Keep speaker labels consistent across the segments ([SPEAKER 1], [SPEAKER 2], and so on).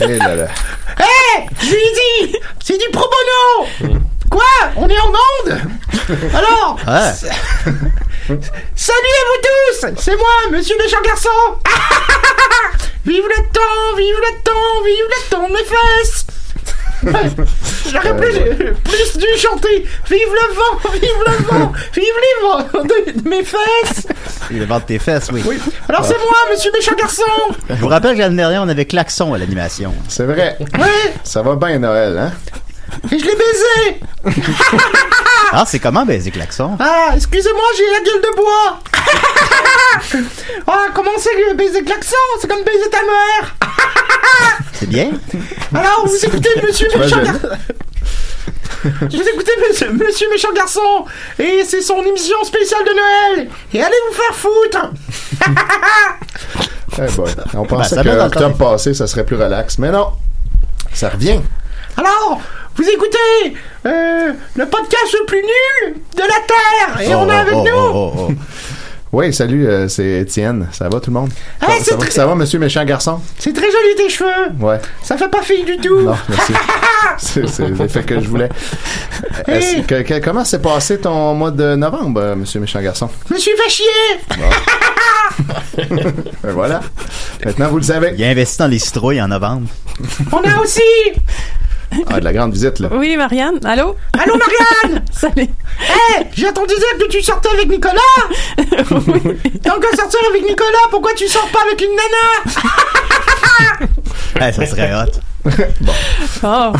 [SPEAKER 1] Eh là là.
[SPEAKER 2] Hé Je lui ai dit C'est du pro bono Quoi On est en onde Alors
[SPEAKER 1] Ouais.
[SPEAKER 2] s- Salut à vous tous C'est moi, monsieur le jean garçon Vive le temps Vive le temps Vive le temps de mes fesses J'aurais plus, plus dû chanter Vive le vent Vive le vent Vive les vents de, de mes fesses
[SPEAKER 1] Il vend tes fesses, oui.
[SPEAKER 2] Oui. Alors c'est moi, monsieur le jean garçon
[SPEAKER 3] Je vous rappelle que l'année dernière, on avait klaxon à l'animation.
[SPEAKER 1] C'est vrai.
[SPEAKER 2] Ouais
[SPEAKER 1] Ça va bien, Noël, hein?
[SPEAKER 2] Et je l'ai baisé
[SPEAKER 3] Ah, c'est comment baiser klaxon?
[SPEAKER 2] Ah, excusez-moi, j'ai la gueule de bois. ah, comment c'est que baiser klaxon C'est comme baiser ta mère.
[SPEAKER 3] C'est bien?
[SPEAKER 2] Alors, vous écoutez Monsieur Méchant
[SPEAKER 1] Imagine.
[SPEAKER 2] Garçon. Vous écoutez Monsieur, Monsieur Méchant Garçon et c'est son émission spéciale de Noël. Et allez vous faire foutre.
[SPEAKER 1] Eh boy.
[SPEAKER 2] Ben,
[SPEAKER 1] On pensait
[SPEAKER 3] ça
[SPEAKER 1] que
[SPEAKER 3] va dans le
[SPEAKER 1] l'octobre passé, ça serait plus relax. Mais non. Ça revient.
[SPEAKER 2] Alors, vous écoutez euh, le podcast le plus nul de la terre et on est avec
[SPEAKER 3] oh,
[SPEAKER 2] nous.
[SPEAKER 3] oh, oh, oh.
[SPEAKER 1] Oui, salut, euh, c'est Étienne. Ça va, tout le monde?
[SPEAKER 2] Ah,
[SPEAKER 1] ça,
[SPEAKER 2] c'est
[SPEAKER 1] ça va,
[SPEAKER 2] très-
[SPEAKER 1] ça va, monsieur méchant garçon?
[SPEAKER 2] C'est très joli tes cheveux.
[SPEAKER 1] Ouais.
[SPEAKER 2] Ça fait pas fille du tout.
[SPEAKER 1] Non, merci. c'est c'est l'effet que je voulais. Est-ce
[SPEAKER 2] Hey.
[SPEAKER 1] que- que- comment s'est passé ton mois de novembre, euh, monsieur méchant garçon?
[SPEAKER 2] Je me suis fait chier.
[SPEAKER 1] Ben voilà. Maintenant, vous le savez.
[SPEAKER 3] Il a investi dans les citrouilles en novembre.
[SPEAKER 2] On a aussi.
[SPEAKER 1] Ah, de la grande visite, là.
[SPEAKER 4] Oui, Marianne. Allô?
[SPEAKER 2] Allô Marianne. Eh,
[SPEAKER 4] Salut.
[SPEAKER 2] Hey, j'ai entendu dire que tu sortais avec Nicolas T'es encore sortir avec Nicolas, pourquoi tu sors pas avec une nana
[SPEAKER 3] Eh, ça serait hot.
[SPEAKER 4] Oh.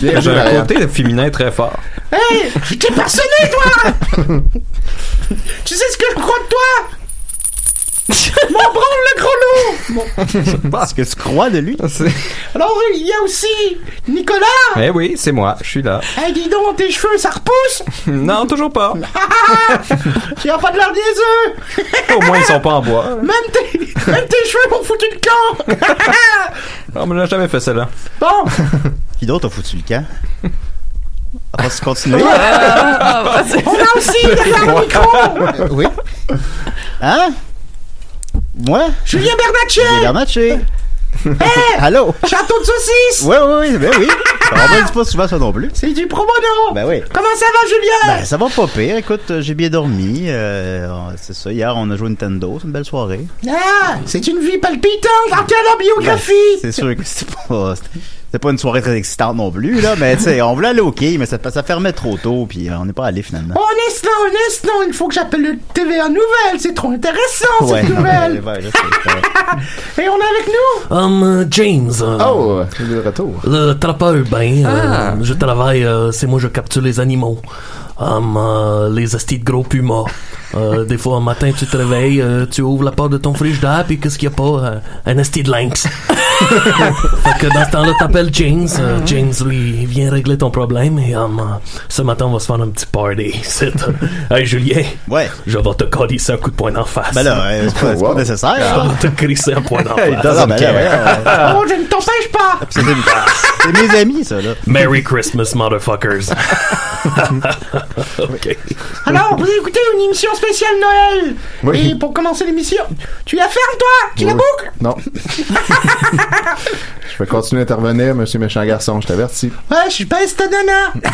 [SPEAKER 1] Bien
[SPEAKER 5] J'ai
[SPEAKER 1] joué,
[SPEAKER 5] un
[SPEAKER 1] Marianne.
[SPEAKER 5] côté de féminin très fort.
[SPEAKER 2] Hey, je t'ai personné, toi Tu sais ce que je crois de toi
[SPEAKER 6] M'en branle le gros loup Bon.
[SPEAKER 7] Parce que tu crois de lui.
[SPEAKER 6] Alors, il y a aussi Nicolas
[SPEAKER 8] Ah, Eh oui, c'est moi, je suis là.
[SPEAKER 6] Eh, dis donc, tes cheveux, ça repousse
[SPEAKER 8] Non, toujours pas.
[SPEAKER 6] Tu as pas de l'air niaiseux
[SPEAKER 8] Au moins, ils sont pas en bois.
[SPEAKER 6] Même tes, même tes cheveux m'ont foutu le camp
[SPEAKER 8] On me l'a jamais fait, celle-là.
[SPEAKER 6] Bon,
[SPEAKER 7] Qui d'autre a foutu le camp? On va se continuer.
[SPEAKER 6] on a aussi derrière le micro
[SPEAKER 7] oui. Hein? Moi?
[SPEAKER 6] Julien
[SPEAKER 7] J'ai
[SPEAKER 6] Bernatchez
[SPEAKER 7] garnaché.
[SPEAKER 6] Eh,
[SPEAKER 7] Allô?
[SPEAKER 6] Château de saucisse Ah.
[SPEAKER 7] Oui, oui, oui, ben oui. On me dit pas souvent ça non plus.
[SPEAKER 6] C'est du pro bono
[SPEAKER 7] Ben oui.
[SPEAKER 6] Comment ça va, Julien
[SPEAKER 7] Ben, ça va pas pire. Écoute, euh, j'ai bien dormi. euh, on- c'est ça. Hier, on a joué Nintendo. C'est une belle soirée.
[SPEAKER 6] Ah, c'est une vie palpitante en quelle
[SPEAKER 7] Ben,
[SPEAKER 6] biographie
[SPEAKER 7] c'est sûr que c'est pas. C'était pas une soirée très excitante non plus, là, mais tu sais, on voulait aller au quai, mais ça, ça fermait trop tôt, puis euh, on n'est pas allé finalement.
[SPEAKER 6] Honnêtement, honnêtement, il faut que j'appelle le TVA Nouvelle, c'est trop intéressant cette
[SPEAKER 7] non, mais,
[SPEAKER 6] nouvelle
[SPEAKER 7] ouais, là, c'est- ouais.
[SPEAKER 6] Et on est avec nous
[SPEAKER 2] Um, James. euh,
[SPEAKER 1] Oh, le retour.
[SPEAKER 2] Le trappeur urbain. euh,
[SPEAKER 1] Ah.
[SPEAKER 2] je travaille, euh, c'est moi, je capture les animaux. Um, euh, les astis de gros pumas. Euh, des fois, un matin, tu te réveilles, euh, tu ouvres la porte de ton frigidaire, puis qu'est-ce qu'il n'y a pas euh, Un asti de lynx. fait que dans ce temps-là, t'appelles James. Euh,
[SPEAKER 6] Mm-hmm.
[SPEAKER 2] James, lui, il vient régler ton problème. Et um, euh, ce matin, on va se faire un petit party. C'est, euh, hey, Julien.
[SPEAKER 7] Ouais.
[SPEAKER 2] Je vais te calisser un coup de poing d'en face.
[SPEAKER 7] Ben là, euh, c'est pas, c'est pas nécessaire.
[SPEAKER 2] Je vais te crisser un poing d'en face.
[SPEAKER 7] Ah, non, ben là, ouais, ouais. Ah,
[SPEAKER 6] Oh, je ne t'empêche pas
[SPEAKER 7] Puis c'est- C'est mes amis, ça, là.
[SPEAKER 2] Merry Christmas, motherfuckers. ok.
[SPEAKER 6] Alors, vous écoutez une émission spéciale Noël
[SPEAKER 1] Oui.
[SPEAKER 6] Et pour commencer l'émission, tu la fermes toi Tu la
[SPEAKER 1] Oui.
[SPEAKER 6] boucles
[SPEAKER 1] Non. je vais continuer à intervenir, monsieur méchant garçon, je t'avertis.
[SPEAKER 6] Ouais, je baisse ta nana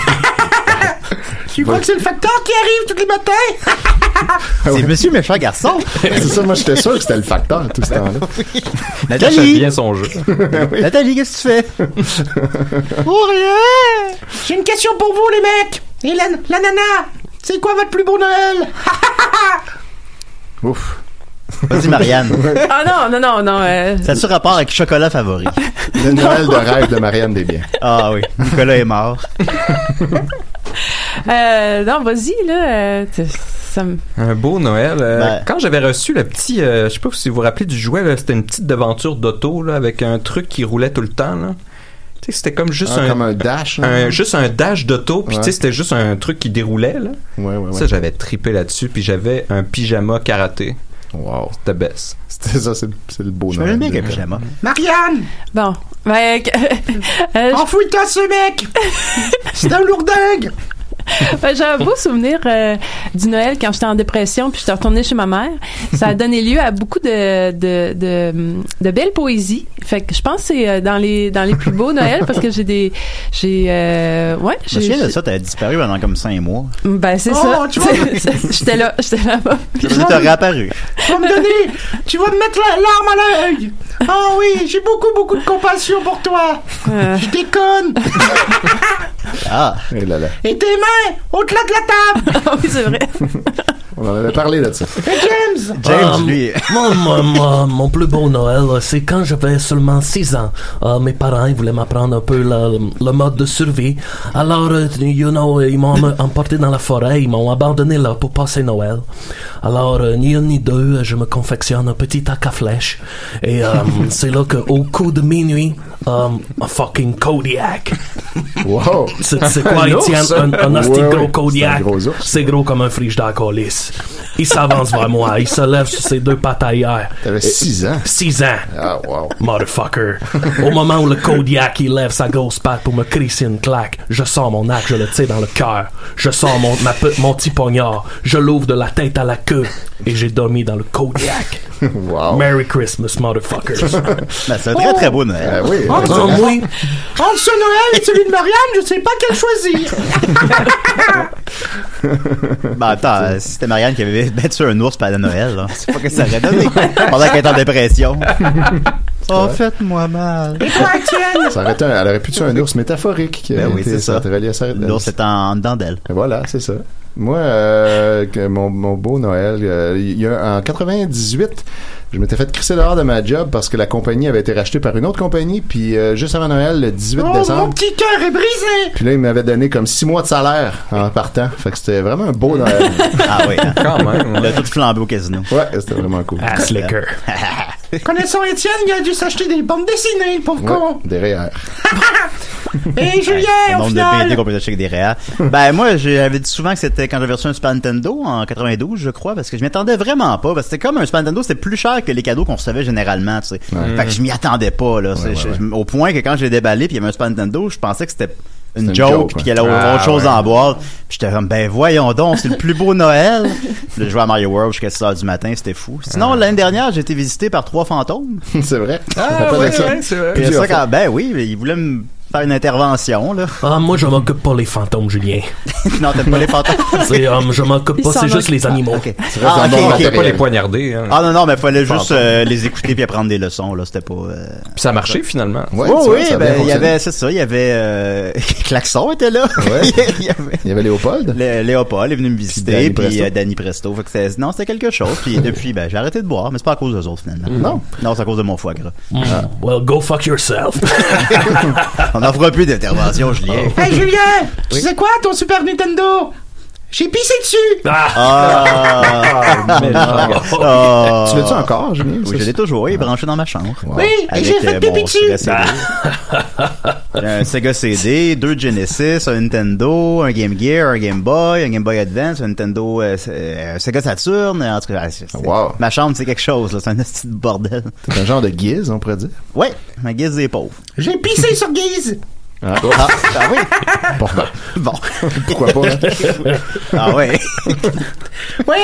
[SPEAKER 6] Tu crois que c'est le facteur qui arrive tous les matins
[SPEAKER 7] C'est monsieur méchant garçon.
[SPEAKER 1] C'est ça, moi j'étais sûr que c'était le facteur tout ce temps-là.
[SPEAKER 8] Cache
[SPEAKER 7] Nathalie!
[SPEAKER 8] bien son jeu.
[SPEAKER 1] Oui.
[SPEAKER 7] Nathalie, qu'est-ce que tu fais?
[SPEAKER 6] Oh rien J'ai une question pour vous les mecs Et la, la nana C'est quoi votre plus beau Noël
[SPEAKER 1] Ouf.
[SPEAKER 7] Vas-y, Marianne.
[SPEAKER 9] Ah non, non, non, non. euh,
[SPEAKER 7] Ça a-tu rapport avec chocolat favori?
[SPEAKER 1] Le Noël de rêve de Marianne Desbiens.
[SPEAKER 7] Ah oui, Nicolas est mort.
[SPEAKER 9] euh, non, vas-y, là. euh, tu- ça me...
[SPEAKER 8] Un beau Noël. euh,
[SPEAKER 7] Ben.
[SPEAKER 8] Quand j'avais reçu le petit, euh, je sais pas si vous vous rappelez du jouet, là, c'était une petite devanture d'auto là, avec un truc qui roulait tout le temps. Là. Tu sais, C'était comme juste
[SPEAKER 1] Ah,
[SPEAKER 8] un,
[SPEAKER 1] Comme un dash. là.
[SPEAKER 8] un- juste un dash d'auto, puis
[SPEAKER 1] Ouais.
[SPEAKER 8] tu sais, c'était juste un truc qui déroulait. Là.
[SPEAKER 1] Ouais, ouais,
[SPEAKER 8] Ça,
[SPEAKER 1] ouais.
[SPEAKER 8] j'avais trippé là-dessus, puis j'avais un pyjama karaté.
[SPEAKER 1] Wow.
[SPEAKER 8] C'était baisse.
[SPEAKER 1] C'était ça, c'est c'est le beau
[SPEAKER 7] Je
[SPEAKER 1] Noël.
[SPEAKER 7] me bien
[SPEAKER 1] de-
[SPEAKER 7] qu'un pyjama.
[SPEAKER 6] Marianne
[SPEAKER 9] Bon. Ben, euh, euh,
[SPEAKER 6] Enfouis-toi ce mec C'est un lourdingue
[SPEAKER 9] Ben, J'ai un beau souvenir euh, du Noël quand j'étais en dépression puis j'étais retournée chez ma mère. Ça a donné lieu à beaucoup de, de, de, de belles poésies. Fait que je pense que c'est euh, dans les, dans les plus beaux Noëls parce que j'ai des. J'ai. euh, ouais,
[SPEAKER 7] Je me
[SPEAKER 9] j'ai.
[SPEAKER 7] souviens de ça, t'avais disparu pendant comme 5 mois.
[SPEAKER 9] Ben, c'est
[SPEAKER 6] Oh,
[SPEAKER 9] ça.
[SPEAKER 6] tu vois.
[SPEAKER 9] j'étais là, j'étais là-bas.
[SPEAKER 7] Tu t'es réapparu.
[SPEAKER 6] Tu vas me donner, tu vas me mettre la- l'arme à l'œil. Oh oui, j'ai beaucoup, beaucoup de compassion pour toi.
[SPEAKER 9] Euh,
[SPEAKER 6] Je déconne.
[SPEAKER 7] Ah,
[SPEAKER 1] Eh là là.
[SPEAKER 6] Et tes mains au-delà de la table.
[SPEAKER 9] Ah oui, c'est vrai.
[SPEAKER 1] On en avait parlé là, de ça. Ah,
[SPEAKER 6] Et James,
[SPEAKER 7] James,
[SPEAKER 2] Euh,
[SPEAKER 7] lui.
[SPEAKER 2] moi, moi, moi, mon plus beau Noël, euh, c'est quand j'avais seulement 6 ans. Euh, mes parents, ils voulaient m'apprendre un peu la- le mode de survie. Alors, euh, you know, ils m'ont em- emporté dans la forêt, ils m'ont abandonné là pour passer Noël. Alors, euh, ni un ni deux, je me confectionne un petit tac à flèche. Et euh, c'est là que, au coup de minuit, euh, un fucking Kodiak.
[SPEAKER 1] Wow.
[SPEAKER 2] C'est c'est quoi,
[SPEAKER 1] Un
[SPEAKER 2] ils
[SPEAKER 1] ours?
[SPEAKER 2] tiennent un, un asti
[SPEAKER 1] Ouais,
[SPEAKER 2] gros
[SPEAKER 1] ouais, c'est
[SPEAKER 2] Kodiak.
[SPEAKER 1] un gros ours.
[SPEAKER 2] C'est gros comme un friche colis. Il s'avance vers moi. Il se lève sur ses deux pattes arrière.
[SPEAKER 1] T'avais 6 ans.
[SPEAKER 2] 6 ans.
[SPEAKER 1] Ah, wow.
[SPEAKER 2] Motherfucker. Au moment où le Kodiak il lève sa grosse patte pour me crisser une claque, je sors mon arc, je le tire dans le cœur. Je sors mon, ma pe- mon petit poignard. Je l'ouvre de la tête à la queue. Et j'ai dormi dans le Kodiak.
[SPEAKER 1] Wow.
[SPEAKER 2] Merry Christmas, motherfuckers.
[SPEAKER 7] Oh. Ben, c'est un très très beau Noël.
[SPEAKER 1] Ah oui.
[SPEAKER 2] Ah, oui.
[SPEAKER 6] entre Oh, ce Noël et celui de Marianne, je sais pas quel choisir.
[SPEAKER 7] Ben attends, euh, si c'était Marianne qui avait battu un ours pendant Noël, là, c'est pas que ça aurait donné. Pendant qu'elle est en dépression. Oh, faites-moi mal.
[SPEAKER 6] Et toi, Étienne
[SPEAKER 1] Ça aurait été un- elle aurait pu tuer un ours métaphorique. qui
[SPEAKER 7] Ben
[SPEAKER 1] aurait
[SPEAKER 7] oui,
[SPEAKER 1] été-
[SPEAKER 7] c'est ça.
[SPEAKER 1] aurait relié à ça.
[SPEAKER 7] L'ours est en, en dedans d'elle.
[SPEAKER 1] Et Voilà, c'est ça. Moi, euh, que mon, mon beau Noël, euh, il y a, en 98, je m'étais fait crisser dehors de ma job parce que la compagnie avait été rachetée par une autre compagnie. Puis euh, juste avant Noël, le 18
[SPEAKER 2] Oh, mon
[SPEAKER 1] décembre,
[SPEAKER 2] petit cœur est brisé
[SPEAKER 1] puis là, il m'avait donné comme six mois de salaire en partant. Fait que c'était vraiment un beau Noël.
[SPEAKER 7] Ah oui, hein.
[SPEAKER 8] Quand même,
[SPEAKER 7] Il a tout flambé au casino.
[SPEAKER 1] Ouais, c'était vraiment cool.
[SPEAKER 7] Ah, slicker.
[SPEAKER 2] Connaissant Étienne, il a dû s'acheter des bandes dessinées, le pauvre con
[SPEAKER 1] derrière.
[SPEAKER 2] Et
[SPEAKER 7] Le
[SPEAKER 2] Julien, au
[SPEAKER 7] nombre de
[SPEAKER 2] final
[SPEAKER 7] BD qu'on peut acheter avec des réa. Ben moi, j'avais dit souvent que c'était quand j'avais reçu un Super Nintendo en 92, je crois, parce que je m'y attendais vraiment pas. Parce que c'était comme un Super Nintendo, c'était plus cher que les cadeaux qu'on recevait généralement. Tu sais.
[SPEAKER 1] Ouais.
[SPEAKER 7] Fait que je m'y attendais pas là. C'est-
[SPEAKER 1] ouais,
[SPEAKER 7] je-
[SPEAKER 1] ouais.
[SPEAKER 7] je- Au point que quand je l'ai déballé, puis il y avait un Super Nintendo, je pensais que c'était une,
[SPEAKER 1] une
[SPEAKER 7] joke,
[SPEAKER 1] joke, ouais.
[SPEAKER 7] puis qu'il y avait autre
[SPEAKER 1] Ah,
[SPEAKER 7] chose
[SPEAKER 1] ouais.
[SPEAKER 7] en boîte. Puis j'étais comme ben voyons donc, c'est le plus beau Noël. Puis là, je jouais à Mario World jusqu'à 6 heures du matin, c'était fou. Sinon l'année dernière, j'ai été visité par trois fantômes.
[SPEAKER 1] c'est vrai.
[SPEAKER 8] Ah, ouais, ouais, c'est vrai.
[SPEAKER 7] Puis
[SPEAKER 8] Plusieurs
[SPEAKER 7] ça,
[SPEAKER 8] fois.
[SPEAKER 7] quand- ben oui, mais il voulait me faire une intervention, là.
[SPEAKER 10] Ah, moi, je m'occupe pas les fantômes, Julien.
[SPEAKER 7] non, t'aimes pas les fantômes.
[SPEAKER 10] C'est, euh, je m'occupe
[SPEAKER 7] Ils
[SPEAKER 10] pas,
[SPEAKER 7] s'en
[SPEAKER 10] c'est juste
[SPEAKER 7] occupent
[SPEAKER 10] les
[SPEAKER 7] pas.
[SPEAKER 10] animaux.
[SPEAKER 7] Ok. C'est vrai, Ah, c'est un ok, bon ok. matériel.
[SPEAKER 8] pas les poignarder. hein.
[SPEAKER 7] Ah non, non, mais fallait juste
[SPEAKER 8] Fantôme.
[SPEAKER 7] euh, les écouter puis apprendre des leçons, là. C'était pas. euh,
[SPEAKER 8] Puis ça a marché, finalement.
[SPEAKER 7] Ouais,
[SPEAKER 8] Ouais,
[SPEAKER 7] oui,
[SPEAKER 8] ça a bien
[SPEAKER 7] ben, il y
[SPEAKER 8] fonctionné.
[SPEAKER 7] avait, c'est ça, il y avait, euh, Klaxon était là. il, y avait...
[SPEAKER 1] Léopold.
[SPEAKER 7] Léopold est venu me visiter,
[SPEAKER 1] Danny
[SPEAKER 7] puis
[SPEAKER 1] Presto.
[SPEAKER 7] euh, Danny Presto. Fait que c'est- non, c'était quelque chose. Puis depuis, ben, j'ai arrêté de boire, mais c'est pas à cause d'eux autres, finalement.
[SPEAKER 10] Mm. Non.
[SPEAKER 7] Non, c'est à cause de mon foie gras.
[SPEAKER 10] Mm. Well, go fuck yourself.
[SPEAKER 7] On n'en fera plus d'intervention, Julien.
[SPEAKER 10] Oh.
[SPEAKER 2] Hey Julien, tu
[SPEAKER 7] Oui.
[SPEAKER 2] sais quoi ton Super Nintendo J'ai pissé dessus
[SPEAKER 7] Ah!
[SPEAKER 1] mais non.
[SPEAKER 10] Oh.
[SPEAKER 7] Ah.
[SPEAKER 1] Tu l'as-tu encore, Julien?
[SPEAKER 7] Oui, je l'ai toujours, oui, branché dans ma chambre.
[SPEAKER 2] Oui, et
[SPEAKER 7] Avec,
[SPEAKER 2] j'ai fait
[SPEAKER 7] euh,
[SPEAKER 2] pipi
[SPEAKER 7] mon
[SPEAKER 2] dessus.
[SPEAKER 7] Sega CD. J'ai un Sega CD, deux Genesis, un Nintendo, un Game Gear, un Game Boy, un Game Boy Advance, un Nintendo, euh, euh, un Sega Saturn. En tout cas, ah, c'est- c'est- ma chambre, c'est quelque chose. là. C'est un petit bordel.
[SPEAKER 1] C'est un genre de guise, on pourrait dire.
[SPEAKER 7] Ouais, ma guise des pauvres.
[SPEAKER 2] J'ai pissé sur Guise
[SPEAKER 1] Ah,
[SPEAKER 7] Ah, ah oui. Bon.
[SPEAKER 1] Pourquoi pas? hein?
[SPEAKER 7] Ah ouais.
[SPEAKER 2] Oui,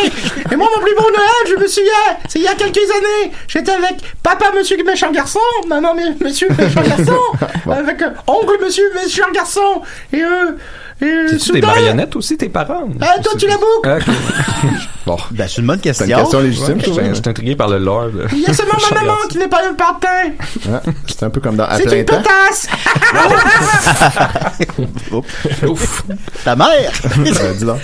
[SPEAKER 2] et moi, mon plus beau Noël, je me souviens, Ah, c'est il y a quelques années, j'étais avec papa Monsieur Méchant Garçon, maman M- Monsieur Méchant Garçon, avec euh, oncle Monsieur Méchant Garçon, et euh, et euh,
[SPEAKER 8] C'est-tu des
[SPEAKER 2] soudain-
[SPEAKER 8] marionnettes aussi, tes parents?
[SPEAKER 2] Ah, toi, tu la boucles
[SPEAKER 8] Ah, ok.
[SPEAKER 1] Bon.
[SPEAKER 7] Ben, c'est une bonne question.
[SPEAKER 8] C'est une
[SPEAKER 1] question légitime, je trouve. hein.
[SPEAKER 8] je suis intrigué par le lore. là.
[SPEAKER 2] Il y a seulement
[SPEAKER 8] Je
[SPEAKER 2] ma maman
[SPEAKER 8] regarde.
[SPEAKER 2] qui n'est pas un partin
[SPEAKER 1] Ah, C'est un peu comme dans À
[SPEAKER 2] C'est
[SPEAKER 1] plein
[SPEAKER 2] une
[SPEAKER 1] temps.
[SPEAKER 2] pétasse
[SPEAKER 7] Ouf. Ta mère!
[SPEAKER 1] Euh, dis donc.